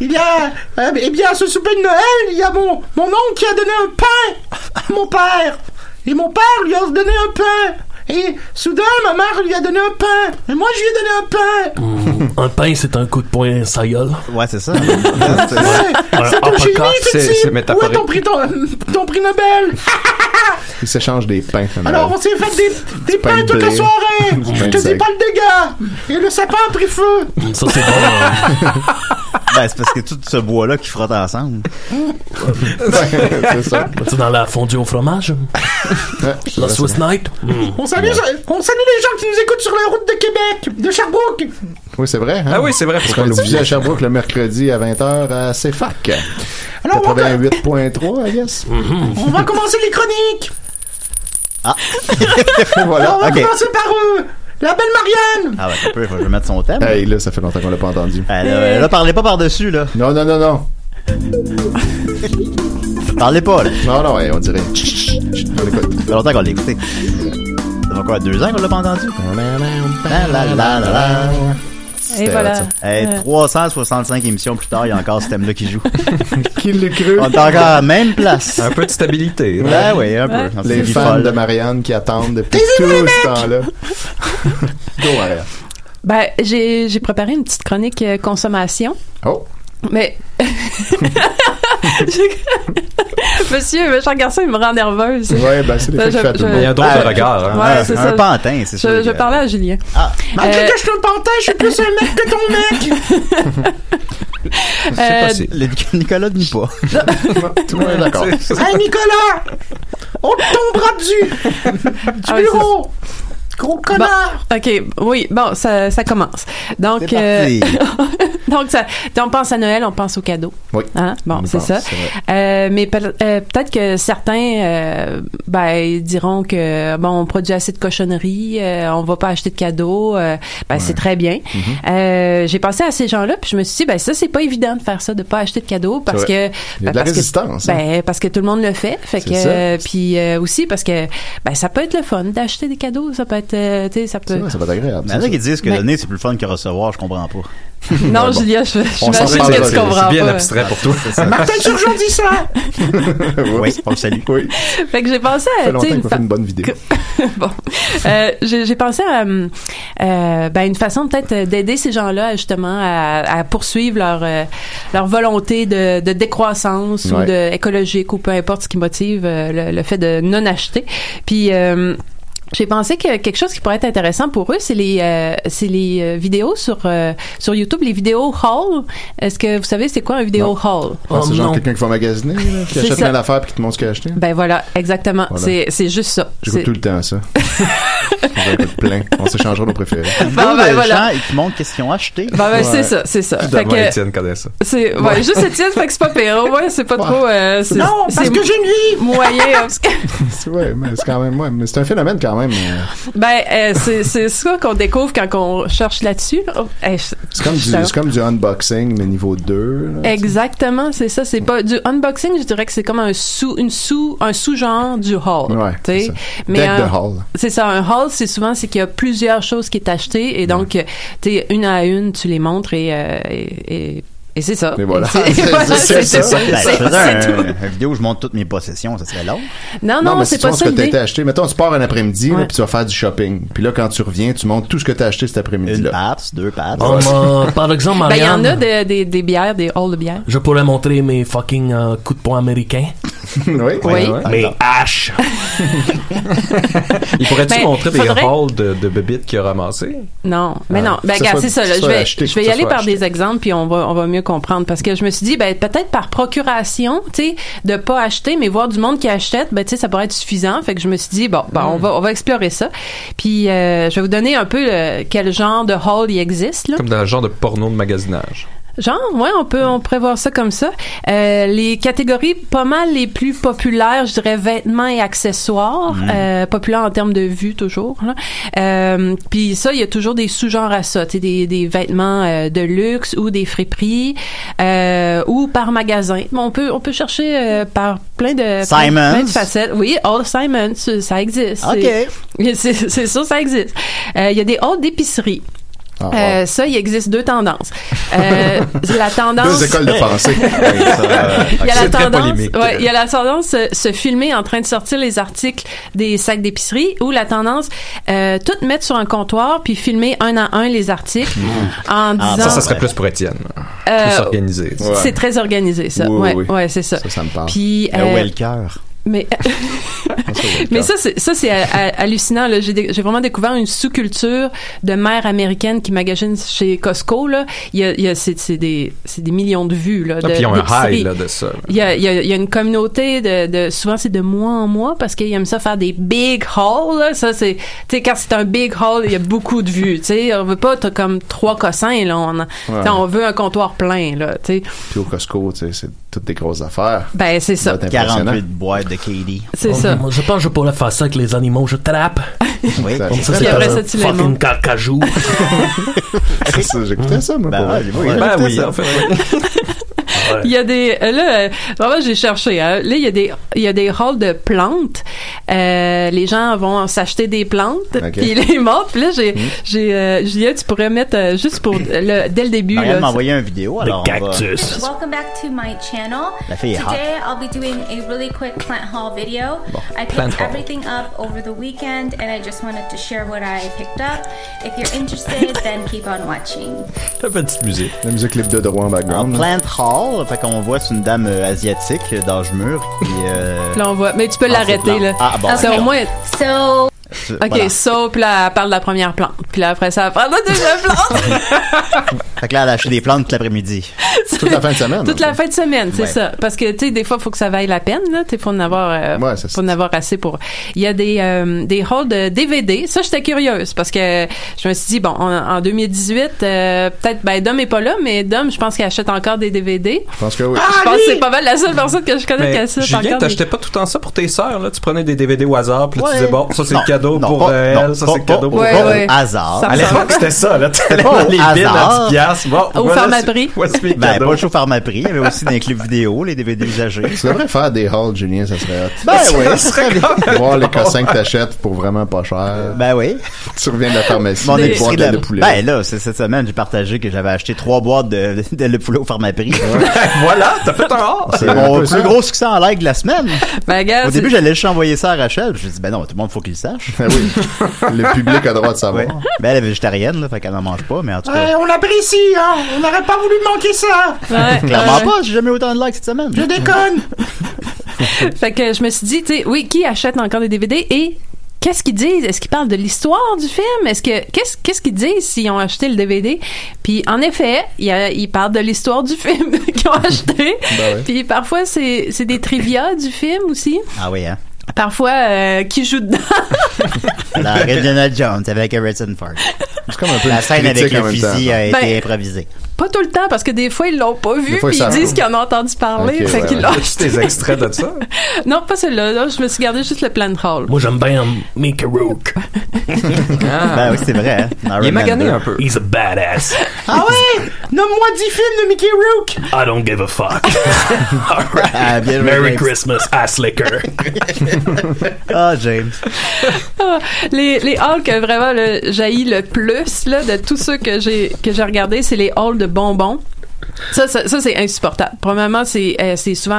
[SPEAKER 2] Il y a, euh, eh bien, à ce souper de Noël, il y a mon, mon oncle qui a donné un pain à mon père. Et mon père lui a donné un pain. Et soudain, ma mère lui a donné un pain. Et moi, je lui ai donné un pain.
[SPEAKER 10] Mm. Un pain, c'est un coup de poing, sa gueule.
[SPEAKER 7] Ouais, c'est ça.
[SPEAKER 10] Un
[SPEAKER 2] C'est une chimie,
[SPEAKER 10] uppercut,
[SPEAKER 2] tout de suite. Où est Bah, ton prix, ton, ton prix Nobel
[SPEAKER 1] Ils s'échangent des pains. comme
[SPEAKER 2] Alors,
[SPEAKER 1] ça.
[SPEAKER 2] Euh, on s'est fait des, des
[SPEAKER 1] pain
[SPEAKER 2] pains
[SPEAKER 1] de
[SPEAKER 2] toute la
[SPEAKER 1] blé.
[SPEAKER 2] soirée.
[SPEAKER 1] Du pain
[SPEAKER 2] Je
[SPEAKER 1] de
[SPEAKER 2] te dis
[SPEAKER 1] seigle.
[SPEAKER 2] pas le dégât. Et le sapin a pris feu.
[SPEAKER 10] Ça, c'est bon.
[SPEAKER 7] Ben, c'est parce que tout ce bois-là qui frotte ensemble.
[SPEAKER 1] c'est ça.
[SPEAKER 10] Tu dans la fondue au fromage? la Swiss Night?
[SPEAKER 2] On salue, on salue les gens qui nous écoutent sur la route de Québec, de Sherbrooke.
[SPEAKER 1] Oui, c'est vrai. hein?
[SPEAKER 8] Ah oui, c'est vrai,
[SPEAKER 1] Parce
[SPEAKER 8] pourquoi
[SPEAKER 1] qu'on
[SPEAKER 8] l'oublie?
[SPEAKER 1] l'oublie à Sherbrooke le mercredi à 20h à CFAC. 88.3, I guess.
[SPEAKER 2] On va commencer les chroniques.
[SPEAKER 1] voilà.
[SPEAKER 2] On va
[SPEAKER 1] OK.
[SPEAKER 2] commencer par euh, la belle Marianne.
[SPEAKER 7] Ah ouais, un peu, faut que je mettre son thème.
[SPEAKER 1] Hey, là, ça fait longtemps qu'on l'a pas entendu.
[SPEAKER 9] Euh.
[SPEAKER 7] Là, là, parlez pas par-dessus, là.
[SPEAKER 1] Non, non, non, non.
[SPEAKER 7] Parlez pas, là.
[SPEAKER 1] Non, non, hey, on dirait. Chut, chut, chut, On l'écoute.
[SPEAKER 7] Ça fait longtemps qu'on l'a écouté. Ça fait quoi, deux ans qu'on l'a pas entendu? La, la, la, la, la.
[SPEAKER 9] Et voilà.
[SPEAKER 7] Hey,
[SPEAKER 9] Euh.
[SPEAKER 7] 365 émissions plus tard, il y a encore ce thème-là qui joue.
[SPEAKER 1] Qui l'a cru?
[SPEAKER 7] On est encore à la même place.
[SPEAKER 8] Un peu de stabilité.
[SPEAKER 7] Ouais, ouais, un peu. On s'est
[SPEAKER 1] Les
[SPEAKER 7] dit
[SPEAKER 1] fans
[SPEAKER 7] folle.
[SPEAKER 1] de Marianne qui attendent depuis tout ce temps-là. Go, Marianne.
[SPEAKER 9] Ben, j'ai j'ai préparé une petite chronique euh, consommation.
[SPEAKER 1] Oh.
[SPEAKER 9] Mais. Monsieur, méchant garçon, il me rend nerveuse.
[SPEAKER 1] Ouais, ben, c'est des
[SPEAKER 9] Ben,
[SPEAKER 1] trucs
[SPEAKER 9] je-
[SPEAKER 1] faits à tout le
[SPEAKER 9] je-
[SPEAKER 1] monde.
[SPEAKER 9] Il y a un drôle de regard, hein. Ouais, c'est
[SPEAKER 7] un
[SPEAKER 9] ça.
[SPEAKER 7] pantin, c'est ça.
[SPEAKER 9] Je, je parlais à Julien. Euh,
[SPEAKER 7] Ah,
[SPEAKER 2] Malgré que je suis un pantin, je suis plus un mec que ton mec.
[SPEAKER 7] c'est possible. Le- Euh, Nicolas ne dit pas.
[SPEAKER 1] Tout le monde est d'accord.
[SPEAKER 2] Hey Nicolas, on te tombera dessus. Du
[SPEAKER 9] Ah oui,
[SPEAKER 2] bureau. Gros connard.
[SPEAKER 9] Bon, OK, oui, bon, ça, ça commence. Donc, euh,
[SPEAKER 2] C'est
[SPEAKER 9] donc ça, on pense à Noël, on pense aux cadeaux.
[SPEAKER 1] Oui.
[SPEAKER 9] Hein? Bon,
[SPEAKER 2] On y
[SPEAKER 9] c'est
[SPEAKER 2] pense,
[SPEAKER 9] ça.
[SPEAKER 2] c'est vrai.
[SPEAKER 9] Euh, mais peut- euh, peut-être que certains euh, ben, ils diront que, bon, on produit assez de cochonneries, euh, on va pas acheter de cadeaux. euh, ben, c'est très bien.
[SPEAKER 1] Mm-hmm.
[SPEAKER 9] Euh, J'ai pensé à ces gens-là, puis je me suis dit, ben, ça, c'est pas évident de faire ça, de pas acheter de cadeaux, parce que...
[SPEAKER 1] vrai. Il y
[SPEAKER 9] ben,
[SPEAKER 1] a de la
[SPEAKER 9] parce que-
[SPEAKER 1] résistance, hein.
[SPEAKER 9] ben, parce que tout le monde le fait. fait
[SPEAKER 1] C'est
[SPEAKER 9] que,
[SPEAKER 1] ça.
[SPEAKER 9] euh, puis euh, aussi parce que ben, ça peut être le fun d'acheter des cadeaux, ça peut être être, euh, tu sais, ça peut.
[SPEAKER 1] va être agréable.
[SPEAKER 7] Il y en a qui disent que
[SPEAKER 9] Ben-
[SPEAKER 7] donner, c'est plus le fun que recevoir, je comprends pas.
[SPEAKER 9] Non, Julia, je- je
[SPEAKER 7] On s'en
[SPEAKER 9] m'imagine
[SPEAKER 7] parle,
[SPEAKER 9] que tu
[SPEAKER 7] c'est-
[SPEAKER 9] comprends
[SPEAKER 7] C'est bien
[SPEAKER 9] pas.
[SPEAKER 7] abstrait pour toi.
[SPEAKER 6] Martin Turgeon dit ça!
[SPEAKER 7] oui, on le salue.
[SPEAKER 1] Oui.
[SPEAKER 9] Fait que j'ai pensé
[SPEAKER 1] Ça
[SPEAKER 9] à.
[SPEAKER 1] fait
[SPEAKER 9] tu sais,
[SPEAKER 1] longtemps qu'on
[SPEAKER 9] une
[SPEAKER 1] fait
[SPEAKER 9] fa-
[SPEAKER 1] une bonne vidéo.
[SPEAKER 9] Euh, j'ai j'ai pensé à euh, euh, ben, une façon peut-être euh, d'aider ces gens-là justement à, à poursuivre leur euh, leur volonté de, de décroissance ou
[SPEAKER 11] Ouais.
[SPEAKER 9] de écologique ou peu importe ce qui motive euh, le, le fait de non acheter. Puis euh, j'ai pensé que quelque chose qui pourrait être intéressant pour eux, c'est les euh, c'est les euh, vidéos sur euh, sur YouTube, les vidéos haul. Est-ce que vous savez c'est quoi un vidéo haul
[SPEAKER 1] Ah, c'est genre quelqu'un qui va magasiner, là, qui
[SPEAKER 9] Oh, C'est
[SPEAKER 1] achète
[SPEAKER 9] ça.
[SPEAKER 1] plein d'affaires puis qui te montre ce qu'il a acheté.
[SPEAKER 9] Ben voilà, exactement.
[SPEAKER 1] Voilà.
[SPEAKER 9] C'est c'est juste ça.
[SPEAKER 1] J'écoute
[SPEAKER 9] C'est-
[SPEAKER 1] tout le temps ça. J'écoute plein. On s'échangera nos préférés.
[SPEAKER 7] Bon,
[SPEAKER 9] ben,
[SPEAKER 7] ben,
[SPEAKER 9] voilà.
[SPEAKER 7] voilà. gens, ils te montrent qu'est-ce qu'ils ont acheté.
[SPEAKER 9] Ben, ben, c'est ça, c'est ça. Fait que-
[SPEAKER 8] connaît ça.
[SPEAKER 9] C'est ouais,
[SPEAKER 7] Ouais.
[SPEAKER 9] juste Étienne, fait que c'est pas pire. Ouais, c'est pas trop. euh, c'est-
[SPEAKER 6] Non, parce
[SPEAKER 9] c'est
[SPEAKER 6] que j'ai une vie!
[SPEAKER 9] Moyen, parce que-
[SPEAKER 1] C'est ouais, mais c'est quand même, ouais, mais c'est un phénomène quand même. euh,
[SPEAKER 9] ben euh, c'est c'est ça qu'on découvre quand on cherche là-dessus. Oh, eh, je-
[SPEAKER 1] C'est comme, du,
[SPEAKER 9] je-
[SPEAKER 1] c'est comme du unboxing, mais niveau
[SPEAKER 9] Eh,
[SPEAKER 1] 2. là.
[SPEAKER 9] Exactement, c'est ça. C'est pas du unboxing. Je dirais que c'est comme un sous, une sous, un sous-genre du haul.
[SPEAKER 1] Ouais,
[SPEAKER 9] tu sais.
[SPEAKER 1] c'est ça. Deck
[SPEAKER 9] un-
[SPEAKER 1] de haul.
[SPEAKER 9] C'est ça. Un haul, c'est souvent c'est qu'il y a plusieurs choses qui est achetée et donc euh, tu sais, une à une, tu les montres et euh, et, et- et c'est ça.
[SPEAKER 7] Et voilà.
[SPEAKER 9] Et c'est- voilà, c'est tout.
[SPEAKER 7] Ben, je faisais
[SPEAKER 9] C'est- c'est tout.
[SPEAKER 7] un, une vidéo où je montre toutes mes possessions, ça serait long.
[SPEAKER 9] Non, non,
[SPEAKER 1] mais
[SPEAKER 9] c'est
[SPEAKER 1] si tu
[SPEAKER 9] pas
[SPEAKER 1] montres
[SPEAKER 9] ça
[SPEAKER 1] ce que t'as
[SPEAKER 9] l'idée.
[SPEAKER 1] été acheté, mettons, tu pars un après-midi, là,
[SPEAKER 9] Ouais.
[SPEAKER 1] puis tu vas faire du shopping. Puis là, quand tu reviens, tu montes tout ce que t'as acheté cet après-midi. Une
[SPEAKER 7] paps, deux paps.
[SPEAKER 8] Ah,
[SPEAKER 2] Bon, euh, par exemple,
[SPEAKER 9] Ben, il y en
[SPEAKER 2] Marianne,
[SPEAKER 9] a des, des, des bières, des halls de bières.
[SPEAKER 2] je pourrais montrer mes fucking euh, coups de poing américains.
[SPEAKER 1] oui.
[SPEAKER 8] Ben,
[SPEAKER 9] Oui.
[SPEAKER 2] Mes haches.
[SPEAKER 8] Il pourrait-tu
[SPEAKER 9] Ben,
[SPEAKER 8] montrer
[SPEAKER 9] faudrait-
[SPEAKER 8] des hauls de, de bébites qu'il a ramassés?
[SPEAKER 9] Non, mais
[SPEAKER 8] Ah.
[SPEAKER 9] non. Ben,
[SPEAKER 8] Que ça
[SPEAKER 9] regarde,
[SPEAKER 8] soit-
[SPEAKER 9] c'est ça.
[SPEAKER 8] que
[SPEAKER 9] là.
[SPEAKER 8] ça
[SPEAKER 9] je
[SPEAKER 8] soit
[SPEAKER 9] vais,
[SPEAKER 8] acheté,
[SPEAKER 9] je vais
[SPEAKER 8] que
[SPEAKER 9] y
[SPEAKER 8] ça
[SPEAKER 9] aller
[SPEAKER 8] soit
[SPEAKER 9] par
[SPEAKER 8] acheté.
[SPEAKER 9] des exemples, puis on va, on va mieux comprendre. Parce que je me suis dit, ben, peut-être par procuration, tu sais, de pas acheter, mais voir du monde qui achète, ben, tu sais, ça pourrait être suffisant. Fait que je me suis dit, bon, ben,
[SPEAKER 8] Mm.
[SPEAKER 9] on, va, on va explorer ça. Puis, euh, je vais vous donner un peu le- quel genre de haul il existe, là.
[SPEAKER 8] Comme dans le genre de porno de magasinage.
[SPEAKER 9] Genre, ouais, on peut on pourrait voir ça comme ça. Euh, les catégories pas mal les plus populaires, je dirais vêtements et accessoires,
[SPEAKER 7] Mm.
[SPEAKER 9] euh, populaires en termes de vues toujours. là. Euh, Puis ça, il y a toujours des sous-genres à ça, tu sais, des, des vêtements euh, de luxe ou des friperies euh, ou par magasin. Mais on peut on peut chercher euh, par plein de plein-
[SPEAKER 7] Simons.
[SPEAKER 9] plein de facettes. Oui, All Simons, ça existe.
[SPEAKER 7] Ok.
[SPEAKER 9] C'est- C'est c'est sûr, ça existe. Euh, Il y a des halls d'épicerie.
[SPEAKER 1] Ah, wow.
[SPEAKER 9] Euh, ça, il existe deux tendances. Euh, la tendance.
[SPEAKER 1] Deux écoles de pensée.
[SPEAKER 9] Il y a la tendance, ouais, il y a la tendance euh, se filmer en train de sortir les articles des sacs d'épicerie ou la tendance euh, tout mettre sur un comptoir puis filmer un à un les articles en disant
[SPEAKER 8] Mmh. Ah, ça, ça serait plus pour Étienne.
[SPEAKER 9] Euh,
[SPEAKER 8] plus organisé.
[SPEAKER 9] c'est très organisé ça.
[SPEAKER 8] Oui, oui,
[SPEAKER 9] ouais,
[SPEAKER 8] oui.
[SPEAKER 9] ouais, c'est ça.
[SPEAKER 8] Ça, ça me parle.
[SPEAKER 9] Puis
[SPEAKER 7] Ah
[SPEAKER 9] euh,
[SPEAKER 7] ouais, le cœur.
[SPEAKER 9] mais mais ça c'est ça c'est euh, euh, hallucinant là. j'ai dé- j'ai vraiment découvert une sous-culture de mères américaines qui magasinent chez Costco là il y a, il y a- c'est c'est des c'est des millions de vues là
[SPEAKER 8] Ah,
[SPEAKER 9] de,
[SPEAKER 8] puis ils ont un
[SPEAKER 9] d'épiceries.
[SPEAKER 8] high là, de ça. là.
[SPEAKER 9] Il y, a, il, y a, il y a une communauté de, de souvent c'est de mois en mois parce qu'ils aiment ça faire des big hauls. là. Ça c'est tu sais quand c'est un big haul, il y a beaucoup de vues. Tu sais, on veut pas t'as comme trois cossins là. On, en- tu sais, on veut un comptoir plein là. Tu sais,
[SPEAKER 1] Puis au Costco, tu sais, c'est toutes des grosses affaires.
[SPEAKER 9] ben c'est ça.
[SPEAKER 1] doit être impressionnant.
[SPEAKER 7] boîtes de Katie.
[SPEAKER 9] C'est
[SPEAKER 2] Oh,
[SPEAKER 9] ça.
[SPEAKER 2] moi, Je pense que je pourrais faire ça avec les animaux. Je trappe.
[SPEAKER 7] Oui.
[SPEAKER 2] Comme ça,
[SPEAKER 9] Puis
[SPEAKER 2] c'est
[SPEAKER 9] après
[SPEAKER 2] un
[SPEAKER 9] ça, tu hein. les
[SPEAKER 2] fucking
[SPEAKER 9] montes.
[SPEAKER 2] carcajou.
[SPEAKER 1] C'est ça, j'écoutais ça, moi.
[SPEAKER 2] Ben
[SPEAKER 1] pour
[SPEAKER 2] ouais,
[SPEAKER 1] vrai.
[SPEAKER 2] oui, Ben j'écoutais oui, ça. en
[SPEAKER 8] fait.
[SPEAKER 9] Il y a des euh, là euh, vraiment j'ai cherché hein. là il y a des il y a des halls de plantes Euh, les gens vont s'acheter des plantes
[SPEAKER 7] Ok. Hmm.
[SPEAKER 9] puis les morts puis là j'ai j'ai euh, Julia tu pourrais mettre euh, juste pour le, dès le début
[SPEAKER 7] Marianne
[SPEAKER 9] là,
[SPEAKER 7] m'a envoyé une vidéo,
[SPEAKER 9] De
[SPEAKER 7] alors. on va-
[SPEAKER 9] cactus.
[SPEAKER 12] Welcome back to my channel.
[SPEAKER 7] La fille est hot.
[SPEAKER 12] Today I'll be doing a really quick plant haul video.
[SPEAKER 7] Bon,
[SPEAKER 12] I
[SPEAKER 7] plant
[SPEAKER 12] picked
[SPEAKER 7] haul.
[SPEAKER 12] everything up over the weekend and I just wanted to share what I picked up. If you're interested, then keep on watching.
[SPEAKER 8] La petite musique.
[SPEAKER 1] La musique clip de droit en
[SPEAKER 7] En
[SPEAKER 1] background.
[SPEAKER 7] Plant Hall, fait qu'on voit, c'est une dame euh, asiatique euh, d'âge mûr qui. euh,
[SPEAKER 9] Là, on voit. Mais tu peux
[SPEAKER 7] Ah, c'est
[SPEAKER 9] l'arrêter,
[SPEAKER 7] blanc.
[SPEAKER 9] là.
[SPEAKER 7] Ah, bon,
[SPEAKER 9] C'est
[SPEAKER 7] ok.
[SPEAKER 9] au moins.
[SPEAKER 12] So.
[SPEAKER 7] se-
[SPEAKER 9] OK,
[SPEAKER 7] voilà.
[SPEAKER 9] so, puis là, elle parle de la première plante. Puis là, après ça, elle parle de la deuxième plante.
[SPEAKER 7] Fait que là, elle a acheté des plantes toute l'après-midi.
[SPEAKER 1] Toute la fin de semaine.
[SPEAKER 9] Toute la fin de semaine, c'est
[SPEAKER 7] Ouais.
[SPEAKER 9] ça. Parce que, tu sais, des fois, faut que ça vaille la peine, là. Tu sais, faut en avoir, euh, faut en avoir assez pour. Il y a des, euh, des halls de DVD. Ça, j'étais curieuse parce que je me suis dit, bon, en, en 2018, euh, peut-être, ben, Dom est pas là, mais Dom, je pense qu'il achète encore des DVD.
[SPEAKER 1] Je pense que oui.
[SPEAKER 7] Ah,
[SPEAKER 9] je pense que c'est pas mal la seule personne que je connais qui
[SPEAKER 8] Mais
[SPEAKER 9] achète
[SPEAKER 8] Julien,
[SPEAKER 9] encore des
[SPEAKER 8] t'achetais pas tout le temps ça pour tes sœurs, là. Tu prenais des DVD au hasard, puis là,
[SPEAKER 7] Ouais.
[SPEAKER 8] tu disais, bon, ça c'est
[SPEAKER 7] Non,
[SPEAKER 8] le cadeau
[SPEAKER 7] non,
[SPEAKER 8] pour
[SPEAKER 7] pas-
[SPEAKER 8] euh,
[SPEAKER 7] non,
[SPEAKER 8] elle, ça
[SPEAKER 7] pas-
[SPEAKER 8] c'est le cadeau
[SPEAKER 7] pas-
[SPEAKER 8] pour
[SPEAKER 7] Ouais,
[SPEAKER 8] elle.
[SPEAKER 7] ouais. Au hasard. Ça
[SPEAKER 8] À
[SPEAKER 7] me
[SPEAKER 8] l'époque,
[SPEAKER 7] semble-
[SPEAKER 8] c'était ça, là. T'allais
[SPEAKER 7] Pas
[SPEAKER 8] dans
[SPEAKER 7] au
[SPEAKER 8] les billes à
[SPEAKER 7] hasard.
[SPEAKER 8] 10 piastres. Bon,
[SPEAKER 7] Au
[SPEAKER 8] voilà,
[SPEAKER 7] Pharmaprix.
[SPEAKER 8] c'est- voici mes
[SPEAKER 7] Ben, avait pas le show Pharmaprix, il y avait aussi des clubs vidéo, les DVD usagés.
[SPEAKER 1] Tu devrais faire des hauls, Julien, ça serait hot.
[SPEAKER 7] Ben oui, ça serait quand même
[SPEAKER 1] Voir les
[SPEAKER 7] bon.
[SPEAKER 1] cossins que t'achètes pour vraiment pas cher.
[SPEAKER 7] Ben oui.
[SPEAKER 1] Tu reviens de la pharmacie,
[SPEAKER 7] Mon
[SPEAKER 1] des
[SPEAKER 7] épicerie
[SPEAKER 1] boîtes
[SPEAKER 7] de,
[SPEAKER 1] de poulet.
[SPEAKER 7] Ben là, c'est cette semaine, j'ai partagé que j'avais acheté trois boîtes de, de le poulet au Pharmaprix.
[SPEAKER 8] voilà, t'as fait un hors.
[SPEAKER 7] C'est mon plus gros succès en like de la semaine.
[SPEAKER 9] gars,
[SPEAKER 7] Au
[SPEAKER 9] c'est-
[SPEAKER 7] début, j'allais juste envoyer ça à Rachel. puis J'ai dit, ben non, tout le monde, faut qu'il le sache.
[SPEAKER 1] Ben Le public a droit de savoir.
[SPEAKER 7] Ben, elle est végétarienne, là, fait qu'elle n'en mange pas, mais en tout cas.
[SPEAKER 6] Ouais, on apprécie, hein. On n'aurait pas voulu manquer ça.
[SPEAKER 7] Clairement pas, j'ai jamais autant de likes cette semaine.
[SPEAKER 6] Je déconne.
[SPEAKER 9] fait que je me suis dit, tu sais, oui, qui achète encore des DVD et qu'est-ce qu'ils disent? Est-ce qu'ils parlent de l'histoire du film? Est-ce que, qu'est-ce, qu'est-ce qu'ils disent s'ils ont acheté le DVD? Puis, en effet, il y a- ils parlent de l'histoire du film qu'ils ont acheté.
[SPEAKER 7] Ben ouais.
[SPEAKER 9] Puis, parfois, c'est, c'est des trivia du film aussi.
[SPEAKER 7] Ah oui, hein.
[SPEAKER 9] Parfois, euh, qui joue dedans?
[SPEAKER 7] La Reginald Jones avec Harrison Ford.
[SPEAKER 1] C'est comme un
[SPEAKER 7] La scène avec
[SPEAKER 1] critique en
[SPEAKER 7] le
[SPEAKER 1] même temps,
[SPEAKER 7] fusil euh,
[SPEAKER 1] ça.
[SPEAKER 7] a
[SPEAKER 9] Ben,
[SPEAKER 7] été improvisée.
[SPEAKER 9] Pas tout le temps, parce que des fois, ils l'ont pas vu,
[SPEAKER 7] Des fois,
[SPEAKER 9] puis
[SPEAKER 7] ils
[SPEAKER 9] ils
[SPEAKER 7] savent
[SPEAKER 9] disent
[SPEAKER 7] pas.
[SPEAKER 9] qu'ils en ont entendu parler,
[SPEAKER 7] Ok,
[SPEAKER 9] fait
[SPEAKER 7] ouais,
[SPEAKER 9] qu'ils
[SPEAKER 7] ouais.
[SPEAKER 9] l'ont
[SPEAKER 7] Juste
[SPEAKER 9] acheté.
[SPEAKER 7] des extraits de ça?
[SPEAKER 9] Non, pas celui-là. là. Je me suis gardé juste le plan de hall.
[SPEAKER 2] Moi, Oh, j'aime bien Mickey Rourke.
[SPEAKER 7] Ben oui, c'est vrai. hein.
[SPEAKER 2] Il est
[SPEAKER 7] Iron Man
[SPEAKER 2] magané
[SPEAKER 7] 2.
[SPEAKER 8] uh,
[SPEAKER 2] un peu. He's a badass.
[SPEAKER 6] Ah ouais? Nomme-moi 10 films de Mickey Rourke.
[SPEAKER 2] I don't give a fuck. All right.
[SPEAKER 7] Ah, bien joué,
[SPEAKER 2] Merry
[SPEAKER 7] James.
[SPEAKER 2] Christmas, ass licker.
[SPEAKER 7] Ah, James.
[SPEAKER 9] Ah, les, les halls que vraiment là, jaillit le plus là, de tous ceux que j'ai que j'ai regardés, c'est les halls de bonbons. Ça, ça, ça, c'est insupportable. Premièrement, c'est euh, c'est souvent